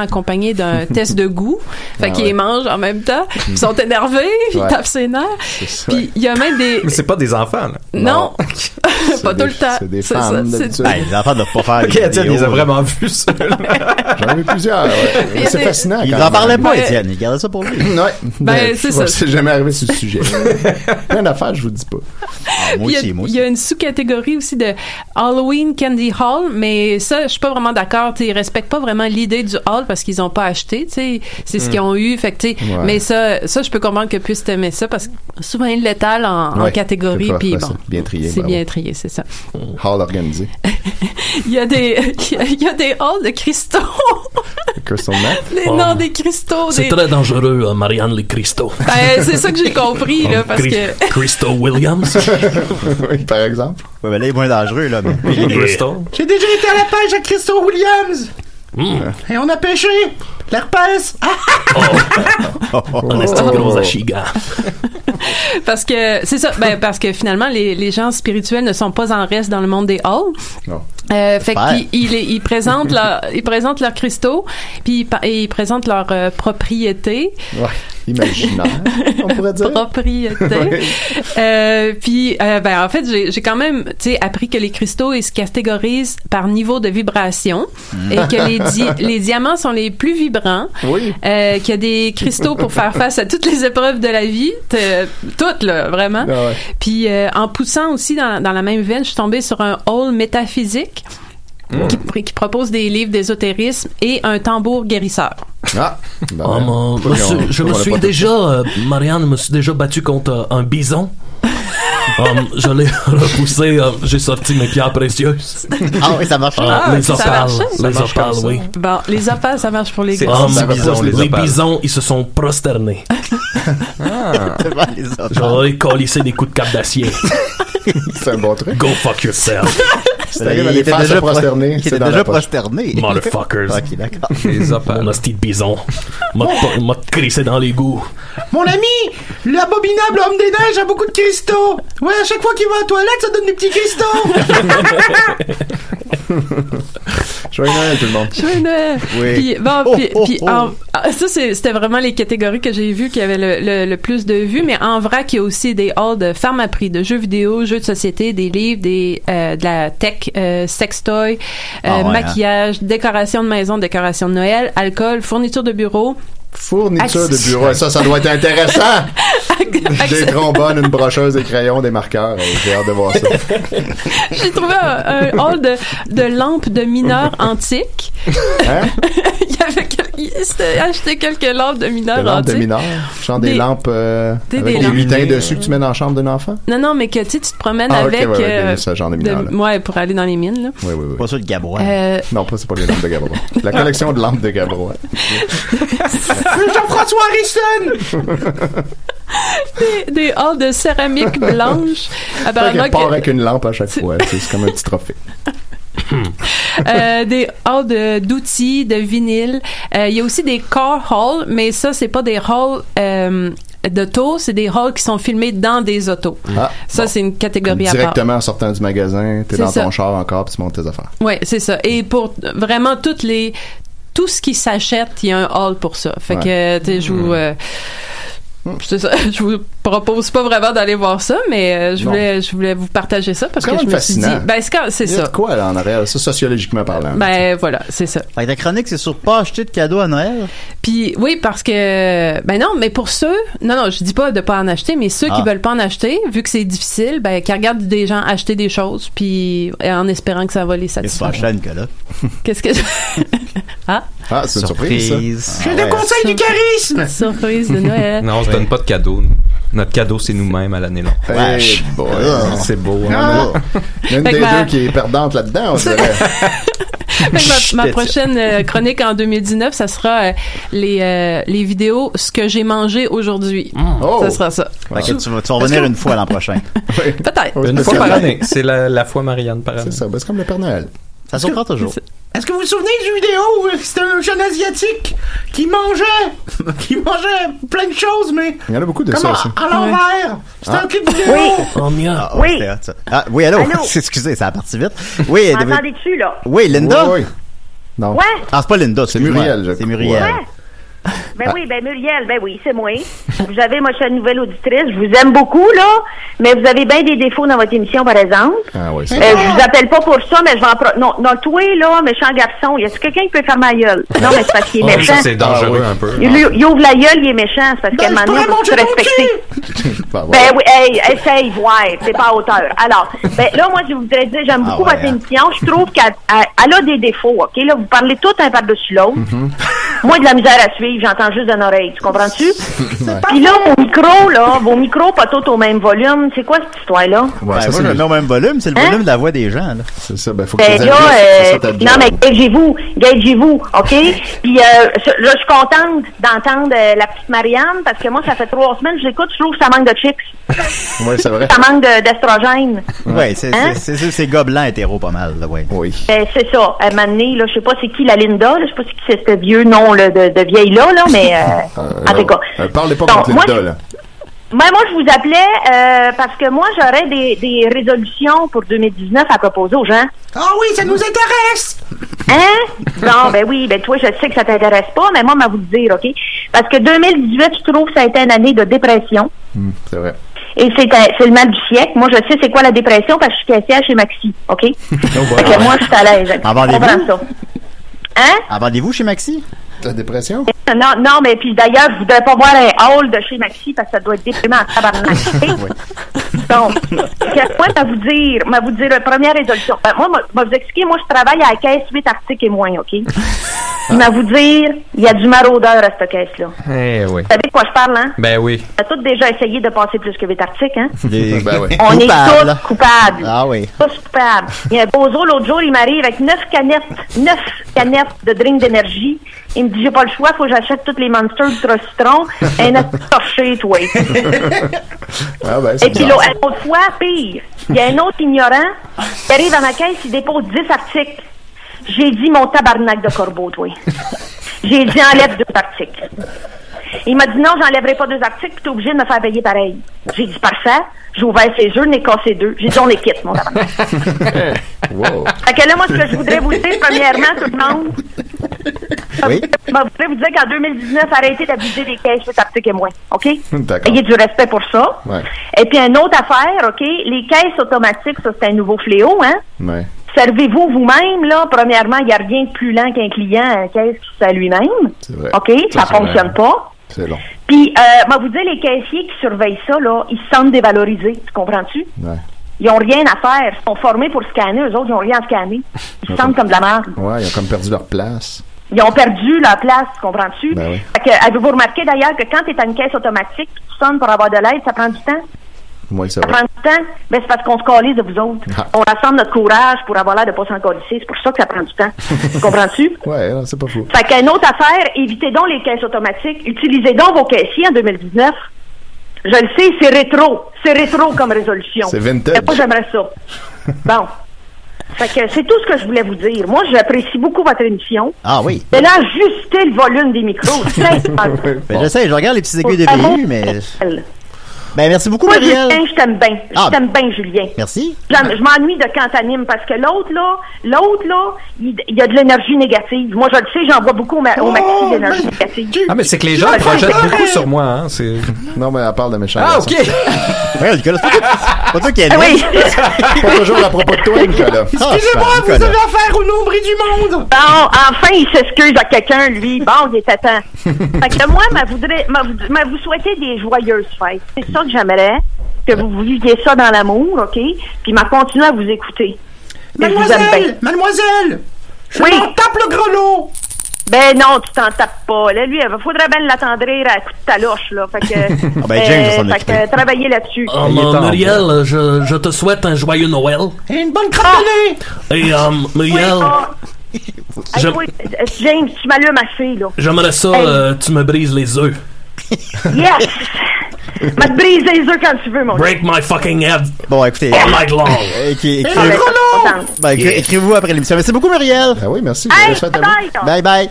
[SPEAKER 9] accompagné d'un test de goût. Fait
[SPEAKER 8] Ah
[SPEAKER 9] qu'ils
[SPEAKER 8] ouais.
[SPEAKER 9] les mangent en même temps. Ils sont énervés, puis
[SPEAKER 8] Ouais.
[SPEAKER 9] ils tapent ses nerfs. Puis il y a même des...
[SPEAKER 8] Mais c'est pas des enfants, là.
[SPEAKER 9] Non, pas tout le temps.
[SPEAKER 8] c'est des
[SPEAKER 9] C'est
[SPEAKER 8] femmes,
[SPEAKER 9] ça,
[SPEAKER 8] d'habitude.
[SPEAKER 9] c'est-
[SPEAKER 7] Ben, les enfants doivent pas faire.
[SPEAKER 8] Ok, Étienne, ils ont vraiment vu ça.
[SPEAKER 1] J'en ai plusieurs, ouais.
[SPEAKER 9] Il y a
[SPEAKER 1] C'est
[SPEAKER 9] des-
[SPEAKER 1] fascinant.
[SPEAKER 7] Il
[SPEAKER 1] quand
[SPEAKER 7] en
[SPEAKER 1] même.
[SPEAKER 7] parlait pas, Étienne. Il gardait ça pour lui.
[SPEAKER 1] Ouais.
[SPEAKER 9] Ben, c'est
[SPEAKER 1] je vois
[SPEAKER 9] ça.
[SPEAKER 1] que C'est jamais arrivé sur le sujet. Plein d'affaires, je vous dis pas.
[SPEAKER 9] Puis il y a- Il y a une sous-catégorie aussi de Halloween Candy Hall, mais ça, je suis pas vraiment d'accord. Tu sais, Ils respectent pas vraiment l'idée du hall parce qu'ils ont pas acheté. tu sais. C'est ce
[SPEAKER 1] Hmm.
[SPEAKER 11] Mm.
[SPEAKER 9] qu'ils ont eu. Fait que, tu sais,
[SPEAKER 11] Ouais.
[SPEAKER 9] Mais ça, ça je peux comprendre que puissent aimer ça parce que souvent, ils l'étalent en, en
[SPEAKER 1] Ouais,
[SPEAKER 9] catégorie.
[SPEAKER 1] c'est pas
[SPEAKER 9] Puis
[SPEAKER 1] facile. ben
[SPEAKER 9] bon,
[SPEAKER 1] Bien trié,
[SPEAKER 9] C'est
[SPEAKER 1] bravo.
[SPEAKER 9] bien trié, c'est ça.
[SPEAKER 1] Hall organisé.
[SPEAKER 9] Il y a des, il y a, il y a des halls de cristaux.
[SPEAKER 1] Crystal Meth.
[SPEAKER 9] Des- Non, des cristaux.
[SPEAKER 2] C'est
[SPEAKER 9] des-
[SPEAKER 2] très dangereux, euh, Marianne Le Cristo.
[SPEAKER 9] Ben, c'est ça que j'ai compris, là, parce
[SPEAKER 2] Oh, Chris-
[SPEAKER 9] que.
[SPEAKER 2] Christo Williams.
[SPEAKER 1] oui, par exemple.
[SPEAKER 7] Ouais, ben là, il est moins dangereux, là. Mais...
[SPEAKER 6] J'ai déjà été à la pêche avec Christo Williams. Et on a pêché. L'herpès. Ah,
[SPEAKER 2] Un esti de
[SPEAKER 9] Oh.
[SPEAKER 2] gros achiga.
[SPEAKER 9] Parce que c'est ça, ben, parce que finalement les, les gens spirituels ne sont pas en reste dans le monde des halls.
[SPEAKER 1] Non.
[SPEAKER 9] Euh, fait
[SPEAKER 1] J'espère.
[SPEAKER 9] qu'ils ils, ils présentent leur, ils présentent leurs cristaux, puis ils, pa- et ils présentent leurs euh, propriétés.
[SPEAKER 1] Ouais, imaginaire. on pourrait dire.
[SPEAKER 9] Propriétés. Euh, puis euh, ben en fait j'ai j'ai quand même tu sais appris que les cristaux ils se catégorisent par niveau de vibration
[SPEAKER 11] Mm.
[SPEAKER 9] et que les di- les diamants sont les plus vibrants.
[SPEAKER 11] Oui.
[SPEAKER 9] Euh, qu'il y a des cristaux pour faire face à toutes les épreuves de la vie, T'es- toutes là, vraiment.
[SPEAKER 11] Ah ouais.
[SPEAKER 9] Puis euh, en poussant aussi dans, dans la même veine, je suis tombée sur un hall métaphysique
[SPEAKER 1] Hmm.
[SPEAKER 9] qui, qui propose des livres d'ésotérisme et un tambour guérisseur.
[SPEAKER 1] Ah, ben,
[SPEAKER 2] Ah, mon-
[SPEAKER 1] pourquoi
[SPEAKER 2] monsieur,
[SPEAKER 1] on- pourquoi
[SPEAKER 2] je
[SPEAKER 1] on
[SPEAKER 2] me
[SPEAKER 1] l'a
[SPEAKER 2] suis
[SPEAKER 1] pas fait?
[SPEAKER 2] déjà, euh, Marianne, me suis déjà battu contre euh, un bison. Hum, je l'ai repoussé, euh, j'ai sorti mes pierres précieuses.
[SPEAKER 7] Ah oui, ça marche.
[SPEAKER 2] Euh,
[SPEAKER 9] Ah,
[SPEAKER 2] les
[SPEAKER 9] ça
[SPEAKER 2] opales,
[SPEAKER 9] marche?
[SPEAKER 2] les opales, oui.
[SPEAKER 9] Bon, les opales, ça marche pour les
[SPEAKER 2] Hum,
[SPEAKER 9] gars.
[SPEAKER 2] les bisons,
[SPEAKER 9] les
[SPEAKER 2] les
[SPEAKER 9] opales.
[SPEAKER 2] bisons, ils se sont prosternés.
[SPEAKER 7] Devant les autres.
[SPEAKER 2] J'aurais collissé des coups de cap d'acier.
[SPEAKER 1] C'est un bon truc.
[SPEAKER 2] Go fuck yourself.
[SPEAKER 1] C'est arrivé à des faces
[SPEAKER 2] déjà
[SPEAKER 1] à prosterner,
[SPEAKER 2] pro-
[SPEAKER 1] c'est
[SPEAKER 2] il était
[SPEAKER 1] dans la
[SPEAKER 2] déjà
[SPEAKER 1] poche.
[SPEAKER 7] prosterné.
[SPEAKER 2] Motherfuckers.
[SPEAKER 7] Ok, d'accord.
[SPEAKER 2] Mon hostie de bison. M'a pas- m'a crissé dans l'égout.
[SPEAKER 6] Mon ami, l'abominable homme des neiges a beaucoup de cristaux. Ouais, à chaque fois qu'il va à la toilette, ça donne des petits cristaux.
[SPEAKER 1] Joyeux Noël, tout le monde.
[SPEAKER 9] Joyeux Noël.
[SPEAKER 1] Oui.
[SPEAKER 9] Puis, bon,
[SPEAKER 1] Oh,
[SPEAKER 9] puis,
[SPEAKER 1] oh,
[SPEAKER 9] puis
[SPEAKER 1] oh.
[SPEAKER 9] en- ah, ça, c'est- c'était vraiment les catégories que j'ai vues qui avaient le, le- le plus de vues, mais en vrac, il y a aussi des halls de pharmaprix, de jeux vidéo, jeux de société, des livres, des, euh, de la tech, euh, sextoy, euh,
[SPEAKER 11] Ah ouais, hein.
[SPEAKER 9] maquillage, décoration de maison, décoration de Noël, alcool, fourniture de bureau.
[SPEAKER 1] Fourniture de bureau, ça, ça doit être intéressant. Des trombones, une brocheuse, des crayons, des marqueurs. Euh, J'ai hâte de voir ça.
[SPEAKER 9] J'ai trouvé un, un hall de, de lampes de mineurs antiques.
[SPEAKER 1] Hein?
[SPEAKER 9] Il y avait quel- il s'était acheté quelques lampes de mineurs
[SPEAKER 1] Des lampes de
[SPEAKER 9] antiques.
[SPEAKER 1] mineurs. Genre des,
[SPEAKER 9] Des-
[SPEAKER 1] lampes euh,
[SPEAKER 9] des-
[SPEAKER 1] avec
[SPEAKER 9] des
[SPEAKER 1] des
[SPEAKER 9] lampes.
[SPEAKER 1] lutins dessus que tu mets dans la chambre d'un enfant.
[SPEAKER 9] Non, non, mais que tu sais, tu te promènes
[SPEAKER 1] Ah, ok,
[SPEAKER 9] avec.
[SPEAKER 1] ouais, ouais,
[SPEAKER 9] euh,
[SPEAKER 1] des- ce genre de mineurs, là.
[SPEAKER 9] ouais, pour aller dans les mines, là.
[SPEAKER 1] Oui, oui, oui.
[SPEAKER 7] Pas ça de Gabrois.
[SPEAKER 9] Euh,
[SPEAKER 1] Non, pas c'est pas les lampes de Gabrois. La collection de lampes de Gabrois.
[SPEAKER 9] Ben,
[SPEAKER 6] Jean-François Harrison.
[SPEAKER 9] des, Euh, des halls de céramique blanche.
[SPEAKER 1] Fait qu'elle
[SPEAKER 9] Apparemment,
[SPEAKER 1] part
[SPEAKER 9] que-
[SPEAKER 1] avec une lampe à chaque fois. C'est c'est comme un petit trophée.
[SPEAKER 9] Euh, des halls de- d'outils, de vinyle. Euh, Il y a aussi des car halls, mais ça, c'est pas des halls euh, d'auto, c'est des halls qui sont filmés dans des autos.
[SPEAKER 1] Ah,
[SPEAKER 9] Ça, c'est une catégorie à part.
[SPEAKER 1] Directement en sortant du magasin, t'es
[SPEAKER 9] C'est
[SPEAKER 1] dans ton
[SPEAKER 9] ça.
[SPEAKER 1] char encore, puis tu montes tes affaires.
[SPEAKER 9] Oui, c'est ça. Et pour euh, vraiment toutes les tout ce qui s'achète, il y a un hall pour ça. Fait que tu sais, je vous euh, c'est ça, je vous propose pas vraiment d'aller voir ça, mais euh, je
[SPEAKER 1] Non.
[SPEAKER 9] voulais je voulais vous partager ça parce
[SPEAKER 1] C'est
[SPEAKER 9] que
[SPEAKER 1] quand
[SPEAKER 9] je
[SPEAKER 1] même
[SPEAKER 9] me suis
[SPEAKER 1] fascinant.
[SPEAKER 9] dit ben c'est quand- c'est
[SPEAKER 1] Il y a
[SPEAKER 9] ça.
[SPEAKER 1] de quoi, là, en arrière, ça, sociologiquement parlant?
[SPEAKER 9] Ben voilà, c'est ça.
[SPEAKER 7] Fait que ta chronique, c'est sur pas acheter de cadeaux à Noël.
[SPEAKER 9] Puis oui, parce que ben non, mais pour ceux, non non, je dis pas de pas en acheter, mais ceux qui
[SPEAKER 7] Ah.
[SPEAKER 9] veulent pas en acheter, vu que c'est difficile, ben qui regardent des gens acheter des choses, puis euh, en espérant que ça va les
[SPEAKER 7] Qu'est-ce que tu vas
[SPEAKER 9] satisfaire.
[SPEAKER 7] acheter à Nicolas?
[SPEAKER 9] Qu'est-ce que ah
[SPEAKER 1] Ah,
[SPEAKER 7] c'est
[SPEAKER 8] une surprise, ça.
[SPEAKER 6] Je te conseille du charisme.
[SPEAKER 9] Surprise de Noël.
[SPEAKER 8] Non, on se donne pas de cadeau. Notre cadeau, c'est nous-mêmes à l'année longue.
[SPEAKER 1] Hey, boy.
[SPEAKER 8] c'est beau.
[SPEAKER 1] Ah.
[SPEAKER 8] hein?
[SPEAKER 1] Il y a une
[SPEAKER 9] Fait que
[SPEAKER 1] des
[SPEAKER 9] ma-
[SPEAKER 1] deux qui est perdante là-dedans, on dirait.
[SPEAKER 9] Fait que ma, ma
[SPEAKER 1] Chut,
[SPEAKER 9] prochaine euh, chronique en 2019, ça sera euh, les, euh, les vidéos Ce que j'ai mangé aujourd'hui.
[SPEAKER 1] Oh!
[SPEAKER 9] Ça sera ça.
[SPEAKER 7] Oh. Fait que tu vas, tu vas revenir une fois l'an prochain.
[SPEAKER 9] Peut-être.
[SPEAKER 8] Une fois par année. C'est la, la fois Marianne par année. C'est
[SPEAKER 1] ça, ben, c'est comme le Père Noël.
[SPEAKER 7] Ça surprend toujours.
[SPEAKER 6] Est-ce que vous vous souvenez d'une vidéo où c'était un jeune asiatique qui mangeait, qui mangeait plein de choses, mais
[SPEAKER 1] Il y en a beaucoup de
[SPEAKER 6] comme
[SPEAKER 1] ça
[SPEAKER 6] à-
[SPEAKER 1] aussi.
[SPEAKER 6] à l'envers. C'était un clip vidéo.
[SPEAKER 7] Oh,
[SPEAKER 2] mien.
[SPEAKER 7] oui. Ah, oui, allô? Excusez, ça a parti vite. Oui,
[SPEAKER 11] Vous
[SPEAKER 7] David-
[SPEAKER 11] M'entendez-tu, là?
[SPEAKER 7] oui Linda?
[SPEAKER 1] Oui, Non.
[SPEAKER 11] Ouais.
[SPEAKER 7] Ah, c'est pas Linda, c'est
[SPEAKER 1] Muriel, je
[SPEAKER 7] C'est Muriel.
[SPEAKER 11] Ouais. Ben oui, ben Muriel, ben oui, c'est moi. Vous avez, moi, je suis une nouvelle auditrice. Je vous aime beaucoup, là, mais vous avez bien des défauts dans votre émission, par exemple.
[SPEAKER 1] Ah oui,
[SPEAKER 11] Euh,
[SPEAKER 1] c'est
[SPEAKER 11] je vous appelle pas pour ça, mais je vais en pro- Non, non, toi, là, méchant garçon, y a-tu quelqu'un qui peut faire ma gueule? Non, mais c'est parce qu'il est
[SPEAKER 8] Oh, ça,
[SPEAKER 11] méchant.
[SPEAKER 8] c'est dangereux
[SPEAKER 1] Ah,
[SPEAKER 8] un peu.
[SPEAKER 11] Il, lui- il ouvre la gueule, il est méchant, c'est parce qu'à un moment donné, faut se respecter.
[SPEAKER 1] Ben
[SPEAKER 11] Ben oui, hey, essaye, ouais, c'est pas à hauteur. Alors, ben là, moi, je voudrais dire, j'aime beaucoup votre émission. Je trouve qu'elle elle- elle a des défauts, OK? Là, vous parlez tout un par-dessus l'autre. Moi, de la misère à suivre, j'entends juste d'une oreille, tu comprends-tu? Puis là, vos micros, là, vos micros pas tous au même volume, c'est quoi cette histoire-là?
[SPEAKER 7] Ben, moi, je le mets au même volume, c'est le
[SPEAKER 11] Hein?
[SPEAKER 7] volume de la voix des gens.
[SPEAKER 1] C'est ça, ben, faut
[SPEAKER 11] Ben là, euh, non, mais gagez-vous, gagez-vous, OK? Puis euh, je- là, je suis contente d'entendre euh, la petite Marianne, parce que moi, ça fait trois semaines que je l'écoute, je trouve que ça manque de chips,
[SPEAKER 1] Oui, c'est vrai.
[SPEAKER 11] ça manque de- d'estrogène.
[SPEAKER 7] Oui, c'est
[SPEAKER 11] Hein?
[SPEAKER 7] c'est- c'est- c'est gobelin hétéro pas mal, là, ouais.
[SPEAKER 1] Oui.
[SPEAKER 11] Ben, c'est ça. À un moment donné, là, je sais pas c'est qui la Linda, là, je sais pas c'est qui c'est ce vieux nom là, de, de vieille-là, là, mais euh, en tout cas.
[SPEAKER 1] Euh, parlez pas
[SPEAKER 11] Donc,
[SPEAKER 1] contre
[SPEAKER 11] moi,
[SPEAKER 1] Linda, là.
[SPEAKER 11] moi, moi, je vous appelais euh, parce que moi, j'aurais des, des résolutions pour 2019 à proposer aux gens.
[SPEAKER 6] Ah oui, ça nous intéresse.
[SPEAKER 11] Hein? Non, ben oui, ben toi, je sais que ça t'intéresse pas, mais moi, je vais vous le dire, OK? Parce que 2018, je trouve que ça a été une année de dépression.
[SPEAKER 1] Hum, c'est vrai.
[SPEAKER 11] Et c'est, un- c'est le mal du siècle. Moi, je sais c'est quoi la dépression parce que je suis caissière chez Maxi, OK? Fait que moi, je suis à l'aise. Je
[SPEAKER 7] En vendez-vous?
[SPEAKER 11] comprends ça. Hein?
[SPEAKER 7] En vendez-vous chez Maxi?
[SPEAKER 1] La dépression?
[SPEAKER 11] Non, non, mais puis d'ailleurs, je voudrais pas voir un hall de chez Maxi parce que ça doit être déprimant en tabarnak. Donc, que- moi, je vais vous dire, je vais vous dire, euh, première résolution. Ben, moi, moi, je vais vous expliquer, moi, je travaille à la caisse 8 articles et moins, OK? Je vais vous dire, il y a du maraudeur à cette caisse-là. Vous
[SPEAKER 8] Eh oui.
[SPEAKER 11] savez de quoi je parle, hein?
[SPEAKER 8] Ben oui.
[SPEAKER 11] On a tous déjà essayé de passer plus que 8 articles, hein?
[SPEAKER 8] Ben oui.
[SPEAKER 11] On est
[SPEAKER 7] Coupable.
[SPEAKER 11] tous coupables.
[SPEAKER 7] Ah oui.
[SPEAKER 11] Tous coupables. Il y a un bozo, l'autre jour, il m'arrive avec neuf canettes, neuf canettes de drink d'énergie. Il me dit, j'ai pas le choix, faut que j'achète toutes les Monsters Ultra Citron. Un torché, toi.
[SPEAKER 1] Ah, ben,
[SPEAKER 11] Et
[SPEAKER 1] c'est
[SPEAKER 11] puis
[SPEAKER 1] bizarre,
[SPEAKER 11] l'autre l'autre fois, pire, il y a un autre ignorant qui arrive à ma caisse, il dépose 10 articles. J'ai dit mon tabarnak de corbeau, toi. J'ai dit enlève deux articles. Il m'a dit non, j'enlèverai pas deux articles, puis t'es obligé de me faire payer pareil. J'ai dit parfait. J'ai ouvert ses yeux, n'ai cassé deux. J'ai dit on est quitte, mon tabarnak.
[SPEAKER 1] wow.
[SPEAKER 11] Fait que là, moi, ce que je voudrais vous dire, premièrement, tout le monde,
[SPEAKER 1] Oui.
[SPEAKER 11] je voudrais vous dire qu'en 2019, arrêtez d'abuser des caisses, les articles et moins. OK?
[SPEAKER 1] D'accord.
[SPEAKER 11] Ayez du respect pour ça.
[SPEAKER 1] Ouais.
[SPEAKER 11] Et puis, une autre affaire, OK? Les caisses automatiques, ça, c'est un nouveau fléau, hein?
[SPEAKER 1] Ouais.
[SPEAKER 11] Servez-vous vous-même, là. Premièrement, il n'y a rien de plus lent qu'un client à une caisse qui se fait lui-même.
[SPEAKER 1] vrai.
[SPEAKER 2] Euh,
[SPEAKER 11] OK?
[SPEAKER 1] Ça,
[SPEAKER 11] Ça,
[SPEAKER 1] c'est
[SPEAKER 11] fonctionne
[SPEAKER 1] vrai.
[SPEAKER 11] pas.
[SPEAKER 1] C'est long.
[SPEAKER 11] Puis, euh, moi, vous dire, les caissiers qui surveillent ça, là, ils se sentent dévalorisés. Tu comprends-tu?
[SPEAKER 1] Ouais.
[SPEAKER 11] Ils n'ont rien à faire. Ils sont formés pour scanner. Eux autres, ils n'ont rien à scanner. Ils se sentent comme de la merde.
[SPEAKER 1] Ouais, ils ont comme perdu leur place.
[SPEAKER 11] Ils ont perdu leur place, tu comprends-tu?
[SPEAKER 1] Ben oui.
[SPEAKER 11] Fait que, avez-vous remarqué d'ailleurs que quand tu es à une caisse automatique, puis tu sonnes pour avoir de l'aide, ça prend du temps?
[SPEAKER 1] Oui, c'est
[SPEAKER 11] Ça prend
[SPEAKER 1] vrai.
[SPEAKER 11] du temps? Ben, c'est parce qu'on se calise de vous autres.
[SPEAKER 1] Ah.
[SPEAKER 11] On rassemble notre courage pour avoir l'air de pas s'en calisser. C'est pour ça que ça prend du temps. tu comprends-tu?
[SPEAKER 1] Ouais, non, c'est pas fou.
[SPEAKER 11] Fait qu'une autre affaire, évitez donc les caisses automatiques. Utilisez donc vos caissiers en 2019. Je le sais, c'est rétro. C'est rétro comme résolution.
[SPEAKER 1] C'est vintage.
[SPEAKER 11] Mais Moi, j'aimerais ça. Bon. Fait que c'est tout ce que je voulais vous dire. Moi, j'apprécie beaucoup votre émission.
[SPEAKER 7] Ah oui.
[SPEAKER 11] Mais là, ajustez le volume des micros. C'est
[SPEAKER 7] Ben, je sais, je regarde les petits aiguilles de
[SPEAKER 11] Ah bon?
[SPEAKER 7] BU, mais. Ben, merci beaucoup,
[SPEAKER 11] Moi,
[SPEAKER 7] Marielle.
[SPEAKER 11] Julien, je t'aime bien. Je
[SPEAKER 7] Ah.
[SPEAKER 11] t'aime bien, Julien.
[SPEAKER 7] Merci.
[SPEAKER 11] J'aime- Je m'ennuie de quand t'animes parce que l'autre, là, l'autre, là, il il y a de l'énergie négative. Moi, je le sais, j'en vois beaucoup au, ma- au maxi d'énergie négative.
[SPEAKER 8] Ah, mais c'est que les gens projettent beaucoup sur moi. Hein? c'est-
[SPEAKER 1] Non, mais elle parle de méchants.
[SPEAKER 8] Ah,
[SPEAKER 1] garçons.
[SPEAKER 8] ok!
[SPEAKER 7] Ouais, Nicolas, c'est pas- pas toi qui anime.
[SPEAKER 11] Oui.
[SPEAKER 1] Pas toujours à propos de toi, Nicolas.
[SPEAKER 11] Excusez-moi,
[SPEAKER 7] vous Nicolas. avez
[SPEAKER 11] affaire au nombril du monde! Bon, enfin, il s'excuse à quelqu'un, lui. Bon, il était temps. fait que moi, ma voudrais, ma, voud- ma vous souhaiter des joyeuses fêtes. C'est ça que j'aimerais, que vous viviez ça dans l'amour, OK? Puis ma continue à vous écouter. Que je vous aime bien.
[SPEAKER 6] Mademoiselle, mademoiselle, je m'en tape le grelot.
[SPEAKER 11] Ben non, tu t'en tapes pas. Là, lui, il faudrait bien l'attendrir à coups de taloche, là. Fait que,
[SPEAKER 2] Ah ben, James va s'en
[SPEAKER 11] euh, fait que, travailler là-dessus.
[SPEAKER 2] Euh, Muriel, je, je te souhaite un joyeux Noël.
[SPEAKER 11] Et une bonne crêpe
[SPEAKER 2] Et euh, Muriel, je-
[SPEAKER 11] Euh, James, tu m'allumes assez, là.
[SPEAKER 2] j'aimerais ça,
[SPEAKER 11] Hey.
[SPEAKER 2] euh, tu me brises les œufs.
[SPEAKER 11] Yes! Va te briser les œufs quand tu veux, mon
[SPEAKER 2] Break my fucking head.
[SPEAKER 7] Bon, écoutez.
[SPEAKER 2] All night long.
[SPEAKER 7] Écri-
[SPEAKER 11] gars.
[SPEAKER 7] écri-
[SPEAKER 11] Ah, ben, contente.
[SPEAKER 7] Ben, écri-
[SPEAKER 2] Yeah.
[SPEAKER 7] Écrivez-vous après l'émission. Merci beaucoup, Muriel.
[SPEAKER 1] Ah oui, merci.
[SPEAKER 11] Hey, bye!
[SPEAKER 7] Bye bye.